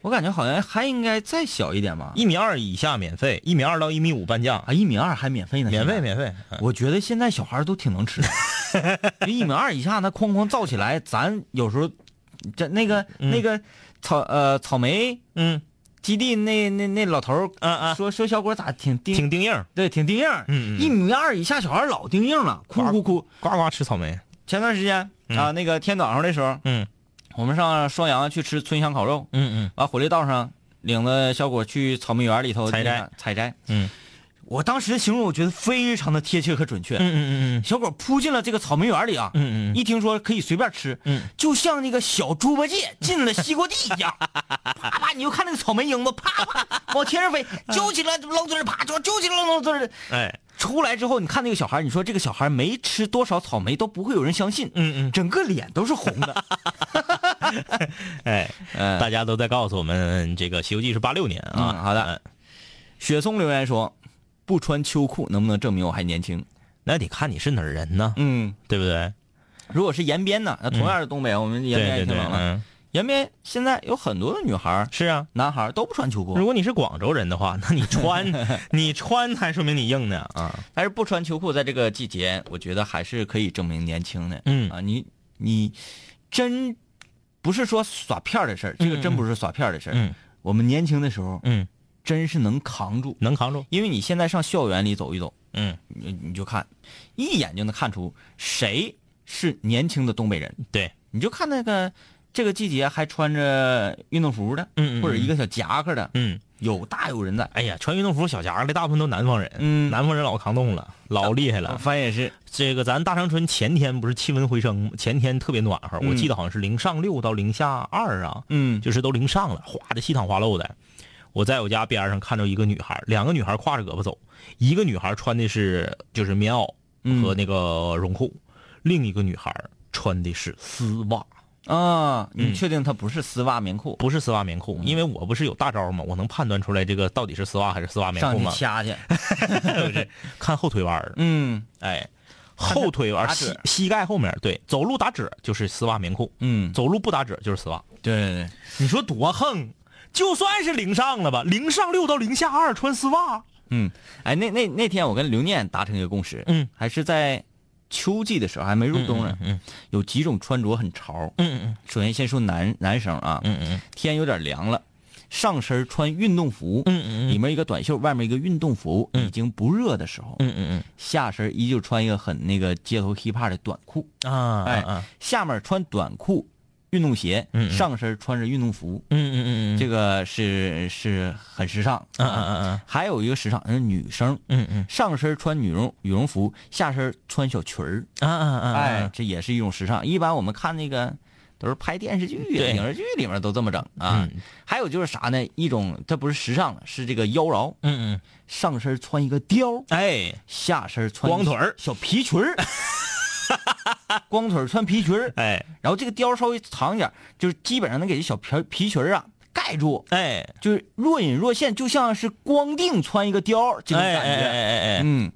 S3: 我感觉好像还应该再小一点吧。
S4: 一米二以下免费，一米二到一米五半价，
S3: 啊，一米二还免费呢，
S4: 免
S3: 现
S4: 费
S3: 在。
S4: 免费。嗯
S3: 我觉得现在小孩都挺能吃，一米二以下那哐哐造起来，咱有时候，这那个、那个草呃草莓
S4: 嗯
S3: 基地那那那老头儿
S4: 啊啊，
S3: 说说小伙咋挺丁
S4: 挺定硬，
S3: 对挺丁硬儿，
S4: 嗯嗯
S3: 一米二以下小孩儿老丁硬了，哭哭哭。
S4: 呱呱吃草莓。
S3: 前段时间、啊，那个天早上的时候，
S4: 嗯
S3: 我们上双阳去吃村香烤肉，
S4: 嗯
S3: 完回来道上领着小伙去草莓园里头
S4: 采摘
S3: 那啥采摘。
S4: 嗯
S3: 我当时形容我觉得非常的贴切和准确。
S4: 嗯嗯嗯
S3: 小伙扑进了这个草莓园里啊，
S4: 嗯嗯嗯
S3: 一听说可以随便吃，
S4: 嗯
S3: 就像那个小猪八戒进了西瓜地一样，啪啪，你就看那个草莓缨子啪啪往天上飞，揪起来扔嘴里啪，就揪起来扔嘴里。
S4: 嗯，哎，
S3: 出来之后，你看那个小孩，你说这个小孩没吃多少草莓都不会有人相信，
S4: 嗯嗯。
S3: 整个脸都是红的。
S4: 哎，
S3: 嗯
S4: 大家都在告诉我们，这个《西游记》是八六年啊。
S3: 嗯好的
S4: 呃，
S3: 雪松留言说：“不穿秋裤能不能证明我还年轻
S4: 那得看你是哪儿人呢？”，
S3: 嗯，
S4: 对不对？
S3: 如果是延边呢，那同样是东北，我们延边
S4: 对
S3: 也
S4: 嗯对
S3: 挺
S4: 对，
S3: 冷了。
S4: 嗯，
S3: 延边现在有很多的女孩儿、
S4: 是啊。
S3: 男孩儿都不穿秋
S4: 如
S3: 裤，
S4: 果你是广州人的
S3: *laughs*
S4: 话，那你穿， *laughs* 你穿才说明你硬呢啊。
S3: 但是不穿秋裤在这个季节，我觉得还是可以证明年轻的。
S4: 嗯
S3: 啊，你你真不是说耍片儿的事儿，这个真不是耍片儿的事儿。
S4: 嗯
S3: 我们年轻的时候
S4: 嗯，
S3: 真是能扛住。
S4: 能扛住。
S3: 因为你现在上校园里走一走，
S4: 嗯，
S3: 你你就看，一眼就能看出谁是年轻的东北人。
S4: 对，
S3: 你就看那个这个季节还穿着运动服的，
S4: 嗯嗯嗯
S3: 或者一个小夹克的，
S4: 嗯，
S3: 有大有人在。
S4: 哎呀，穿运动服、小夹克的大部分都南方人，
S3: 嗯
S4: 南方人老扛冻了，老厉害了。
S3: 反正也是，
S4: 这个咱大长春前天不是气温回升吗，前天特别暖和，我
S3: 嗯
S4: 记得好像是零上六到零下二啊。
S3: 嗯，
S4: 就是都零上了，哗的稀淌哗漏的。我在我家边上看着一个女孩，两个女孩挎着胳膊走，一个女孩穿的是就是棉袄
S3: 嗯
S4: 和那个绒裤，另一个女孩穿的是丝袜，
S3: 啊，你
S4: 嗯
S3: 确定它不是丝袜棉裤？
S4: 不是丝袜棉裤，
S3: 嗯
S4: 因为我不是有大招吗？我能判断出来这个到底是丝袜还是丝袜棉
S3: 上
S4: 裤
S3: 去
S4: 吗？
S3: 掐
S4: *laughs*
S3: 去。*laughs*
S4: 不是，看后腿弯儿，
S3: 嗯
S4: 哎，后腿弯儿
S3: 打
S4: 膝
S3: 褶
S4: 膝盖后面，对，走路打褶就是丝袜棉裤，
S3: 嗯，
S4: 走路不打褶就是丝袜。
S3: 对对
S4: 你说多横？就算是零上了吧，零上六到零下二穿丝袜，
S3: 嗯，哎，那那那天我跟刘念达成一个共识，
S4: 嗯，
S3: 还是在秋季的时候，还没入冬呢，
S4: 嗯嗯嗯
S3: 有几种穿着很潮。
S4: 嗯嗯
S3: 首先先说男男生啊，
S4: 嗯嗯
S3: 天有点凉了，上身穿运动服，
S4: 嗯嗯嗯
S3: 里面一个短袖，外面一个运动服，已经不热的时候，
S4: 嗯嗯
S3: 下身依旧穿一个很那个街头 hiphop 的短裤，
S4: 嗯啊，
S3: 哎，
S4: 啊
S3: 下面穿短裤、运动鞋，
S4: 嗯嗯
S3: 上身穿着运动服，
S4: 嗯嗯嗯嗯，
S3: 这个是是很时尚。
S4: 嗯嗯嗯嗯
S3: 还有一个时尚是女生，
S4: 嗯嗯
S3: 上身穿羽绒羽绒服，下身穿小裙儿，
S4: 啊啊啊，
S3: 哎，，这也是一种时尚。一般我们看那个都是拍电视剧、啊
S4: 对嗯
S3: 影视剧里面都这么整啊。还有就是啥呢？一种它不是时尚了，是这个妖娆，
S4: 嗯嗯，
S3: 上身穿一个貂，
S4: 哎，
S3: 下身穿
S4: 光腿儿
S3: 小皮裙
S4: *laughs*
S3: 儿，光腿儿穿皮裙儿，
S4: 哎
S3: 然后这个貂稍微长一点，就是基本上能给这小皮皮裙儿啊盖住，
S4: 哎，
S3: 就是若隐若现，就像是光腚穿一个貂这种
S4: 哎
S3: 感觉。
S4: 哎哎哎哎，
S3: 嗯，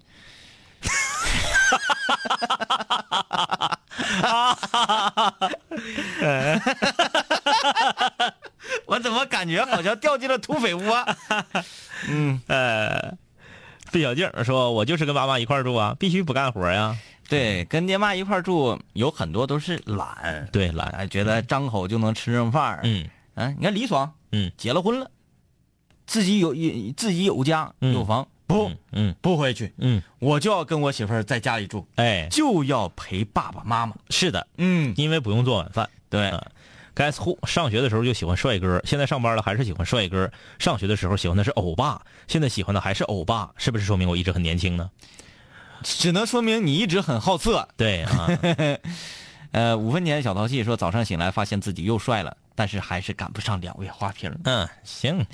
S3: *laughs* 我怎么感觉好像掉进了土匪啊 *laughs* 窝？嗯
S4: 呃，费小静儿说：“我就是跟妈妈一块儿住啊，必须不干活呀、
S3: 对，跟爹妈一块儿住，有很多都是懒，
S4: 对，懒。
S3: 哎，觉得张口就能吃上饭儿。
S4: 嗯
S3: 啊，你看李爽，
S4: 嗯，
S3: 结了婚了，自己有有自己有家
S4: 嗯
S3: 有房，不
S4: 嗯
S3: 不回去，
S4: 嗯，
S3: 我就要跟我媳妇儿在家里住，
S4: 哎，
S3: 就要陪爸爸妈妈。
S4: 是的，
S3: 嗯，
S4: 因为不用做晚饭。
S3: 对，
S4: 啊 Guess who？上学的时候就喜欢帅哥，现在上班了还是喜欢帅哥。上学的时候喜欢的是欧巴，现在喜欢的还是欧巴，是不是说明我一直很年轻呢？
S3: 只能说明你一直很好色。 *laughs*
S4: 对啊，
S3: 呃，五分钱小淘气说，早上醒来发现自己又帅了，但是还是赶不上两位花瓶儿。
S4: 嗯，行，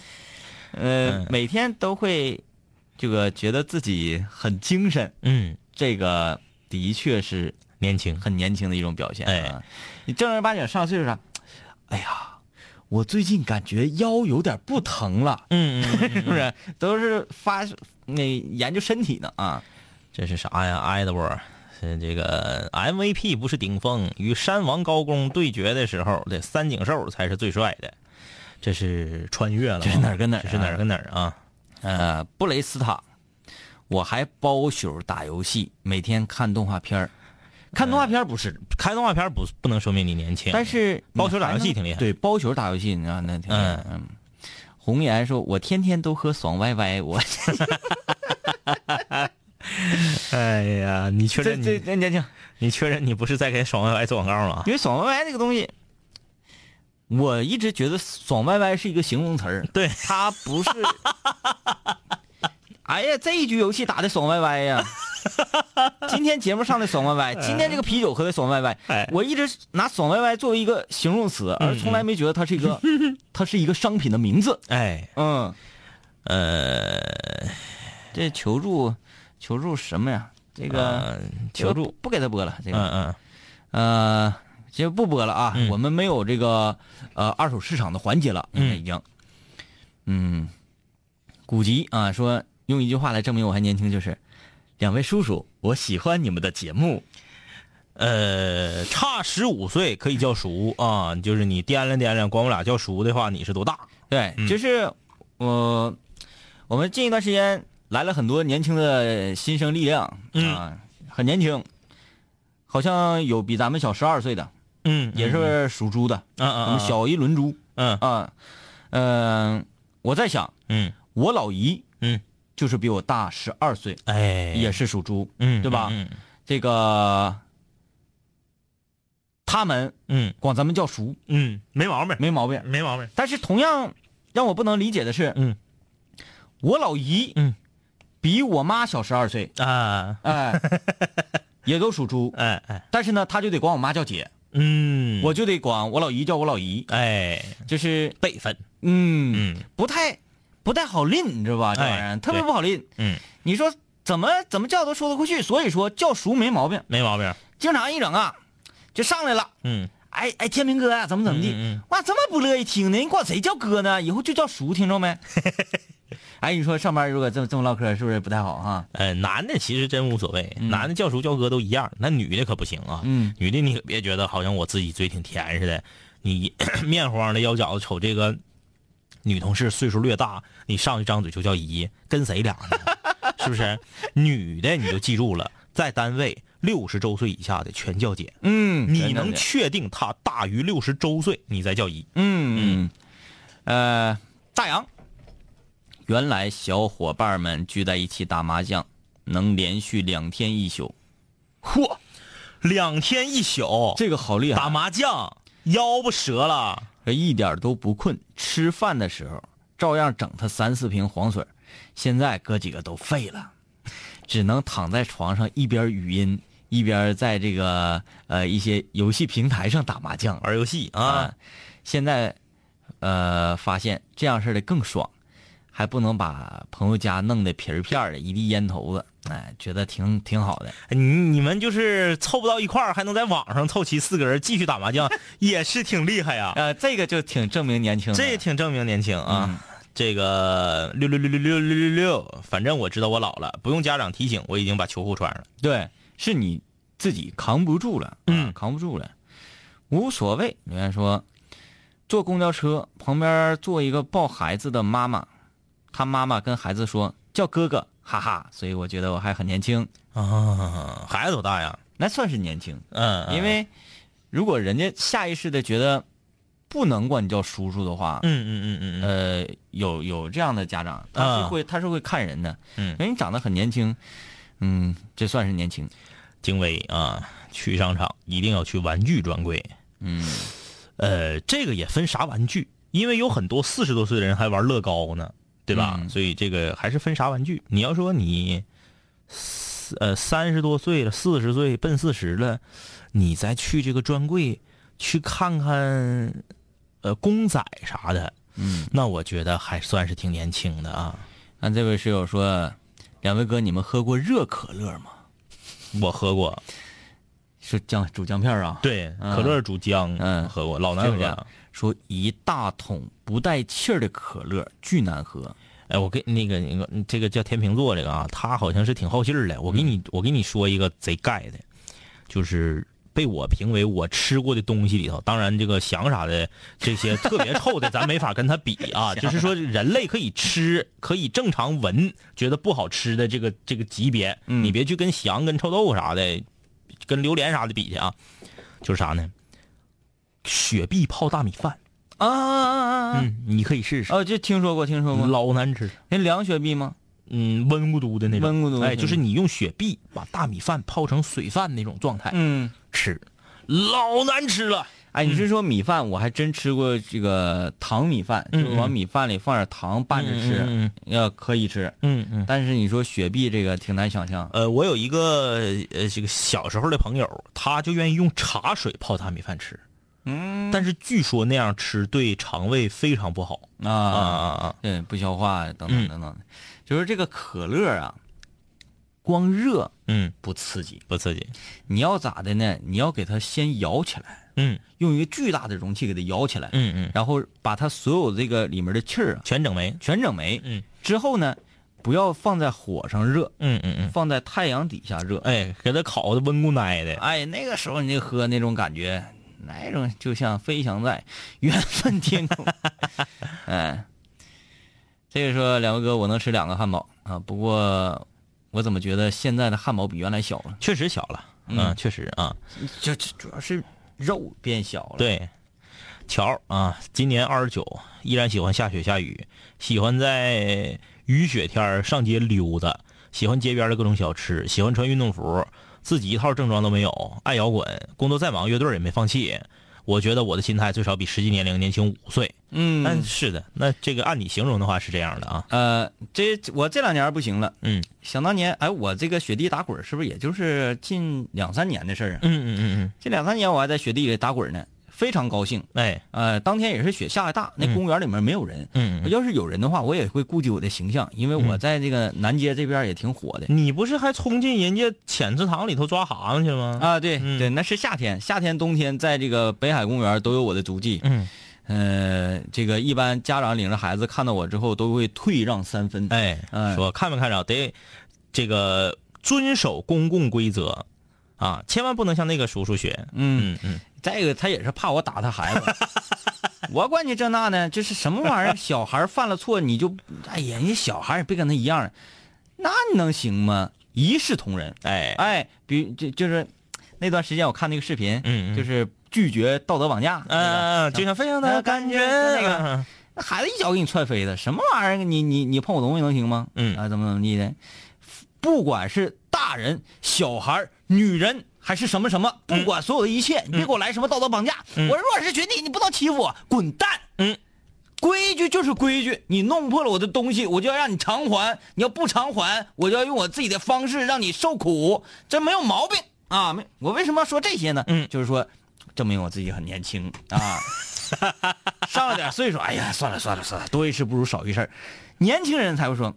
S4: 嗯
S3: 呃，每天都会这个觉得自己很精神，
S4: 嗯，
S3: 这个的确是
S4: 年轻，
S3: 很年轻的一种表现、啊。
S4: 哎，
S3: 你正儿八经上岁数上，哎呀，我最近感觉腰有点不疼了，
S4: 嗯，
S3: *laughs* 是不是？都是发那研究身体呢啊。
S4: 这是啥呀？埃德沃是这个 MVP 不是顶峰，与山王高公对决的时候，这三井寿才是最帅的。这是穿越了吗，
S3: 这是哪儿跟哪儿啊
S4: 这是哪儿跟哪儿啊？
S3: 呃，布雷斯塔，我还包宿打游戏，每天看动画片儿。看动画片儿不是，
S4: 看嗯动画片不不能说明你年轻，
S3: 但是
S4: 包宿打游戏挺厉害
S3: 对，包宿打游戏，你知道那挺厉害。嗯，红颜说，我天天都喝爽歪歪， *laughs* 我
S4: 哎呀，你确
S3: 这
S4: 认
S3: 这
S4: 你
S3: 这年轻，
S4: 你确认你不是在给爽歪歪做广告吗？
S3: 因为爽歪歪这个东西，我一直觉得爽歪歪是一个形容词儿，
S4: 对
S3: 它不
S4: *laughs*
S3: 是。哎呀，这一局游戏打的爽歪歪
S4: *laughs*
S3: 呀！今天节目上的爽歪歪，今天这个啤酒喝的爽歪歪
S4: 哎，
S3: 我一直拿爽歪歪作为一个形容词，而从来没觉得它是一个，
S4: 嗯
S3: *laughs* 它是一个商品的名字。
S4: 哎，
S3: 嗯，
S4: 呃，
S3: 这求助，求助什么呀？这个
S4: 呃求助，
S3: 这个不给他播了，这个
S4: 嗯嗯，
S3: 呃，就不播了啊，
S4: 嗯
S3: 我们没有这个呃二手市场的环节了，现在已经，嗯古籍啊说用一句话来证明我还年轻，就是两位叔叔，我喜欢你们的节目，
S4: 呃，差十五岁可以叫叔啊，就是你掂量掂量，管我俩叫叔的话，你是多大？
S3: 对，就是我、我们近一段时间来了很多年轻的新生力量啊、很年轻，好像有比咱们小十二岁的，
S4: 嗯
S3: 也是属猪的，
S4: 嗯嗯
S3: 我们
S4: 嗯
S3: 小一轮猪
S4: 嗯
S3: 啊，嗯、我在想。
S4: 嗯
S3: 我老姨，
S4: 嗯，
S3: 就是比我大十二岁，
S4: 哎，
S3: 也是属猪，
S4: 嗯，
S3: 对吧
S4: 嗯
S3: 这个他们
S4: 嗯
S3: 管咱们叫叔，
S4: 嗯，没毛病，
S3: 没毛病。
S4: 没毛病。
S3: 但是同样让我不能理解的是，
S4: 嗯，
S3: 我老姨，
S4: 嗯，
S3: 比我妈小十二岁，
S4: 啊， *laughs*
S3: 哎，也都属猪，
S4: 哎哎，
S3: 但是呢，她就得管我妈叫姐，
S4: 嗯，
S3: 我就得管我老姨叫我老姨，
S4: 哎
S3: 就是
S4: 辈分，
S3: 嗯，
S4: 嗯
S3: 不太不太好拎，你知道吧？这玩意儿、
S4: 哎
S3: 特别
S4: 对
S3: 不好拎。
S4: 嗯，
S3: 你说怎么怎么叫都说得过去，所以说叫熟没毛病。
S4: 没毛病。
S3: 经常一整啊，就上来了，
S4: 嗯，
S3: 哎哎，天明哥啊，怎么怎么地，
S4: 嗯嗯嗯
S3: 哇，这么不乐意听呢？你管谁叫哥呢？以后就叫叔，听着
S4: *laughs*
S3: 没？哎，你说上班如果这么这么唠嗑，是不是不太好哈？
S4: 呃，男的其实真无所谓，男的叫叔叫哥都一样，那女的可不行啊。
S3: 嗯，
S4: 女的你可别觉得好像我自己嘴挺甜似的，你 *clears throat* 面黄的腰饺子瞅这个女同事岁数略大，你上去张嘴就叫姨，跟谁俩呢？ *laughs* 是不是？女的你就记住了，在单位六十周岁以下的全叫姐，
S3: 嗯
S4: 你能确定她大于六十周岁，你再叫姨。
S3: 嗯，
S4: 嗯
S3: 呃，大洋，原来小伙伴们聚在一起打麻将，能连续两天一宿，嚯，
S4: 两天一宿，
S3: 这个好厉害！
S4: 打麻将腰不折了。
S3: 这一点都不困，吃饭的时候照样整他三四瓶黄水儿。现在哥几个都废了，只能躺在床上一边语音，一边在这个呃一些游戏平台上打麻将
S4: 玩游戏啊
S3: 啊。现在呃发现这样式儿的更爽，还不能把朋友家弄得皮儿片儿的，一地烟头子，哎，觉得挺挺好的。
S4: 你你们就是凑不到一块儿，还能在网上凑齐四个人继续打麻
S3: *laughs*
S4: 将，也是挺厉害呀、
S3: 呃，这个就挺证明年轻的，
S4: 这也挺证明年轻啊。
S3: 嗯
S4: 这个六六六六六六六六，反正我知道我老了，不用家长提醒，我已经把球裤穿上了。
S3: 对，是你自己扛不住了，嗯，扛不住了，无所谓。留言说，坐公交车旁边坐一个抱孩子的妈妈，她妈妈跟孩子说叫哥哥，哈哈，所以我觉得我还很年轻，
S4: 啊，孩子多大呀？
S3: 那算是年轻，
S4: 嗯，
S3: 因为如果人家下意识的觉得不能管你叫叔叔的话，
S4: 嗯嗯嗯嗯嗯，
S3: 呃，有有这样的家长，他是
S4: 啊
S3: 会、他是会看人的，
S4: 嗯
S3: 因为你长得很年轻，嗯，这算是年轻，
S4: 经纬啊，去商场一定要去玩具专柜。
S3: 嗯。
S4: 呃，这个也分啥玩具，因为有很多四十多岁的人还玩乐高呢，对吧？
S3: 嗯
S4: 所以这个还是分啥玩具。你要说你，呃，三十多岁了，四十岁奔四十了，你再去这个专柜去看看，呃，公仔啥的，
S3: 嗯，
S4: 那我觉得还算是挺年轻的啊。
S3: 那这位室友说：“两位哥，你们喝过热可乐吗？
S4: 我喝过，
S3: 是姜煮姜片儿啊？，
S4: 对，
S3: 嗯
S4: 可乐煮姜，
S3: 嗯
S4: 喝过，老难
S3: 就
S4: 喝
S3: 这
S4: 了
S3: 样。。说一大桶不带气儿的可乐，巨难喝。
S4: 哎，我给那个那个这个叫天秤座这个啊，他好像是挺好信儿的。我给你、我给你说一个贼盖的，就是被我评为我吃过的东西里头，当然这个翔啥的这些特别臭的，咱没法跟他比啊。就是说人类可以吃，可以正常闻，觉得不好吃的这个这个级别，
S3: 嗯
S4: 你别去跟翔、跟臭豆腐啥的、跟榴莲啥的比去啊。就是啥呢？雪碧泡大米饭，
S3: 啊啊啊啊！
S4: 嗯，你可以试试，
S3: 哦，这听说过，听说过。
S4: 老难吃。
S3: 那凉雪碧吗？
S4: 嗯，温咕嘟的那种，
S3: 温咕嘟的
S4: 哎，
S3: 那
S4: 就是
S3: 种
S4: 你用雪碧把大米饭泡成水饭那种状态、
S3: 嗯，
S4: 吃，老难吃了。
S3: 哎，你是说米饭？我还真吃过这个糖米饭，就是往米饭里放点糖拌着吃，
S4: 嗯
S3: 要可以吃。
S4: 嗯嗯。
S3: 但是你说雪碧这个挺难想象。
S4: 呃，我有一个呃，这个小时候的朋友，他就愿意用茶水泡大米饭吃，嗯，但是据说那样吃对肠胃非常不好
S3: 啊
S4: 啊啊啊！
S3: 对，
S4: 嗯
S3: 不消化等等等等的，就是这个可乐啊，光热
S4: 嗯，
S3: 不刺激，
S4: 不刺激，
S3: 你要咋的呢？你要给它先摇起来，
S4: 嗯
S3: 用一个巨大的容器给它摇起来，
S4: 嗯嗯，
S3: 然后把它所有这个里面的气儿啊
S4: 全整没，
S3: 全整没，
S4: 嗯
S3: 之后呢，不要放在火上热，
S4: 嗯嗯嗯，
S3: 放在太阳底下热，
S4: 哎，给他烤的温咕奶的，
S3: 哎，那个时候你就喝那种感觉，那种就像飞翔在缘分天 *laughs* 空。哎，这个说两位哥，我能吃两个汉堡啊，不过我怎么觉得现在的汉堡比原来小了？
S4: 确实小了，嗯，确实啊，
S3: 这这主要是肉变小了。，
S4: 对，乔儿啊，今年二十九，依然喜欢下雪下雨，喜欢在雨雪天儿上街溜达，喜欢街边的各种小吃，喜欢穿运动服，自己一套正装都没有，爱摇滚，工作再忙，乐队也没放弃。我觉得我的心态最少比实际年龄年轻五岁。但
S3: 嗯，
S4: 是的，那这个按你形容的话是这样的啊，
S3: 呃，这我这两年不行了。
S4: 嗯
S3: 想当年，哎，我这个雪地打滚儿是不是也就是近两三年的事儿啊？
S4: 嗯嗯嗯
S3: 这两三年我还在雪地里打滚呢，非常高兴。
S4: 哎，
S3: 呃，当天也是雪下的大，那
S4: 嗯
S3: 公园里面没有人。
S4: 嗯嗯
S3: 要是有人的话，我也会顾及我的形象，因为我
S4: 嗯
S3: 在这个南街这边也挺火的。
S4: 你不是还冲进人家浅池塘里头抓蛤蟆去了吗？，
S3: 啊，对、
S4: 嗯
S3: 对，那是夏天，夏天、冬天，在这个北海公园都有我的足迹。
S4: 嗯，
S3: 呃，这个一般家长领着孩子看到我之后，都会退让三分。
S4: 哎，
S3: 哎
S4: 说看没看着得这个遵守公共规则啊，千万不能向那个叔叔学。
S3: 嗯，
S4: 嗯嗯，
S3: 再一个他也是怕我打他孩
S4: *laughs*
S3: 子，我管你这那呢，就是什么玩意儿， *laughs* 小孩犯了错你就，哎呀，人家小孩也别跟他一样，那你能行吗？一视同仁。
S4: 哎，
S3: 哎，比就就是那段时间我看那个视频，
S4: 嗯嗯
S3: 就是拒绝道德绑架，
S4: 嗯、
S3: 那个
S4: 就像飞扬的感觉
S3: 那个那孩子一脚给你踹飞了，什么玩意儿？你你你碰我东西能行吗？
S4: 嗯
S3: 啊，怎么怎么地的？不管是大人、小孩儿、女人还是什么什么，
S4: 嗯
S3: 不管所有的一切，你别给我来什么道德绑架。我是弱势群体，你不能欺负我，滚蛋！
S4: 嗯，
S3: 规矩就是规矩，你弄破了我的东西，我就要让你偿还。你要不偿还，我就要用我自己的方式让你受苦，这没有毛病啊！没，我为什么要说这些呢？
S4: 嗯
S3: 就是说，证明我自己很年轻啊。上了点岁数，哎呀，算了算了算了，多一事不如少一事儿年轻人才会说，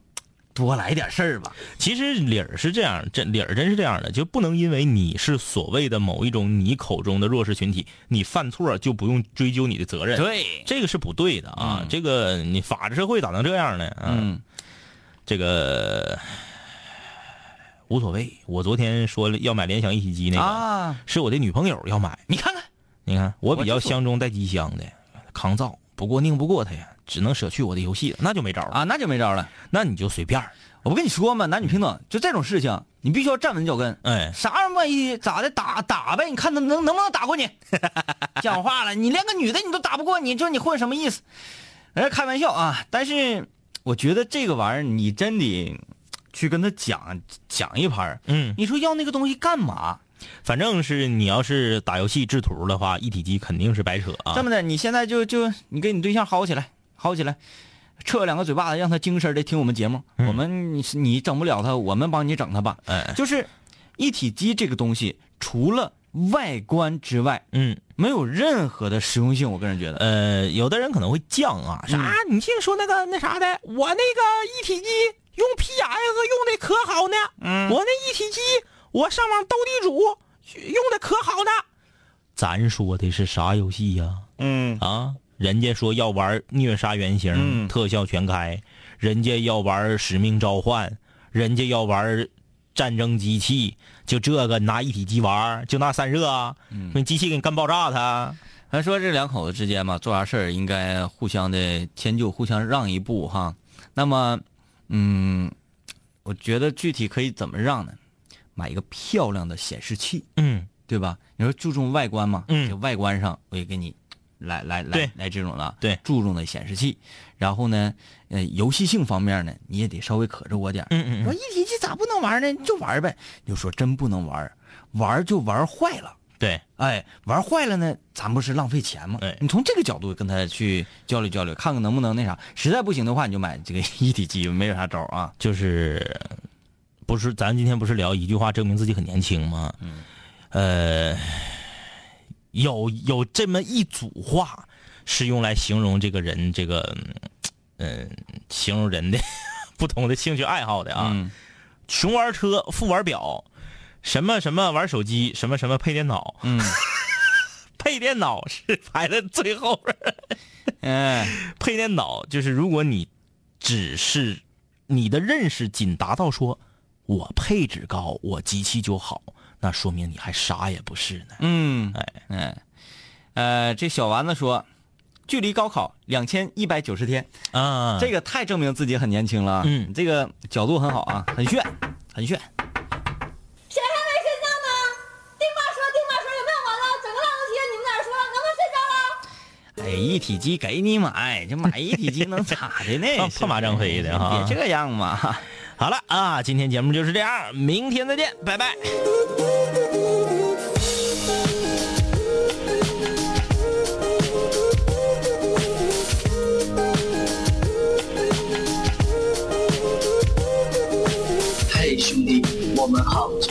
S3: 多来点事儿吧。
S4: 其实理儿是这样，这理儿真是这样的，就不能因为你是所谓的某一种你口中的弱势群体，你犯错就不用追究你的责任。，
S3: 对，
S4: 这个是不对的啊！
S3: 嗯
S4: 这个你法治社会咋能这样呢？啊，
S3: 嗯
S4: 这个无所谓。我昨天说了要买联想一体机那个，
S3: 啊，
S4: 是我的女朋友要买。
S3: 你看看，
S4: 你看，我
S3: 我
S4: 比
S3: 就
S4: 较
S3: 说
S4: 相中带机箱的，抗造。不过拧不过他呀，只能舍去我的游戏了，那就没招了。
S3: 啊，那就没招了。
S4: 那你就随便儿
S3: 我不跟你说嘛，男女平等，就这种事情，你必须要站稳脚跟。
S4: 哎，
S3: 啥玩意咋的打打呗？你看能能能不能打过你？讲话了，你连个女的你都打不过，你说你混什么意思？哎，开玩笑啊！但是我觉得这个玩意儿，你真得去跟他讲讲一盘儿
S4: 嗯，
S3: 你说要那个东西干嘛？
S4: 反正是你要是打游戏制图的话，一体机肯定是白扯啊。
S3: 这么的，你现在就就你跟你对象薅起来，薅起来，撤两个嘴巴子，让他精神的听我们节目。我们你你整不了他，我们帮你整他吧。
S4: 嗯哎，
S3: 就是一体机这个东西，除了外观之外，
S4: 嗯
S3: 没有任何的实用性。我个人觉得，
S4: 呃，有的人可能会犟啊，啥、
S3: 嗯
S4: 你净说那个那啥的，我那个一体机用 PS 用的可好呢，我那一体机我上网斗地主用的可好呢。咱说的是啥游戏呀、
S3: 嗯
S4: 啊，人家说要玩虐杀原型，
S3: 嗯
S4: 特效全开；人家要玩使命召唤，人家要玩战争机器，就这个拿一体机玩，就拿散热啊，用机器给你干爆炸它。
S3: 咱说这两口子之间嘛，做啥事儿应该互相的迁就，互相让一步哈。那么，嗯，我觉得具体可以怎么让呢？买一个漂亮的显示器。
S4: 嗯
S3: 对吧？你说注重外观嘛，
S4: 嗯
S3: 这外观上我也给你来来来
S4: 对
S3: 来这种了，
S4: 对
S3: 注重的显示器。然后呢，呃，游戏性方面呢，你也得稍微可着我点儿。
S4: 嗯嗯嗯
S3: 说一体机咋不能玩呢？就玩呗。你就说真不能玩，玩就玩坏了。
S4: 对，
S3: 哎，玩坏了呢，咱不是浪费钱吗？
S4: 哎
S3: 你从这个角度跟他去交流交流，看看能不能那啥。实在不行的话，你就买这个 *laughs* 一体机，没有啥招儿啊。
S4: 就是不是咱今天不是聊一句话证明自己很年轻吗？嗯，呃，有有这么一组话是用来形容这个人这个嗯、呃形容人的 *laughs* 不同的兴趣爱好的啊，
S3: 嗯
S4: 穷玩车，富玩表。什么什么玩手机，什么什么配电脑，
S3: 嗯，
S4: 配电脑是排在最后边儿。
S3: *laughs* 哎，
S4: 配电脑就是如果你只是你的认识仅达到说我配置高，我机器就好，那说明你还啥也不是呢。
S3: 嗯，
S4: 哎
S3: 哎，呃，这小丸子说，距离高考两千一百九十天，
S4: 啊
S3: 这个太证明自己很年轻了啊。
S4: 嗯？
S3: 这个角度很好啊，很炫，很炫。
S7: 谁还没睡觉呢？丁妈说，丁妈说，有没有完了？整个浪子街你们在这说，能不能睡着了？
S3: 哎，一体机给你买，这买一体机能咋 *laughs* 的呢哎
S4: 碰碰马张飞的哈
S3: 别这样嘛。
S4: 好了啊，今天节目就是这样，明天再见，拜拜。
S8: 嘿，兄弟，我们好久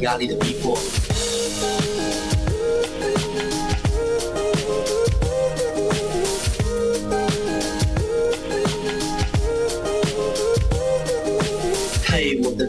S8: 压力的逼迫。嘿，我的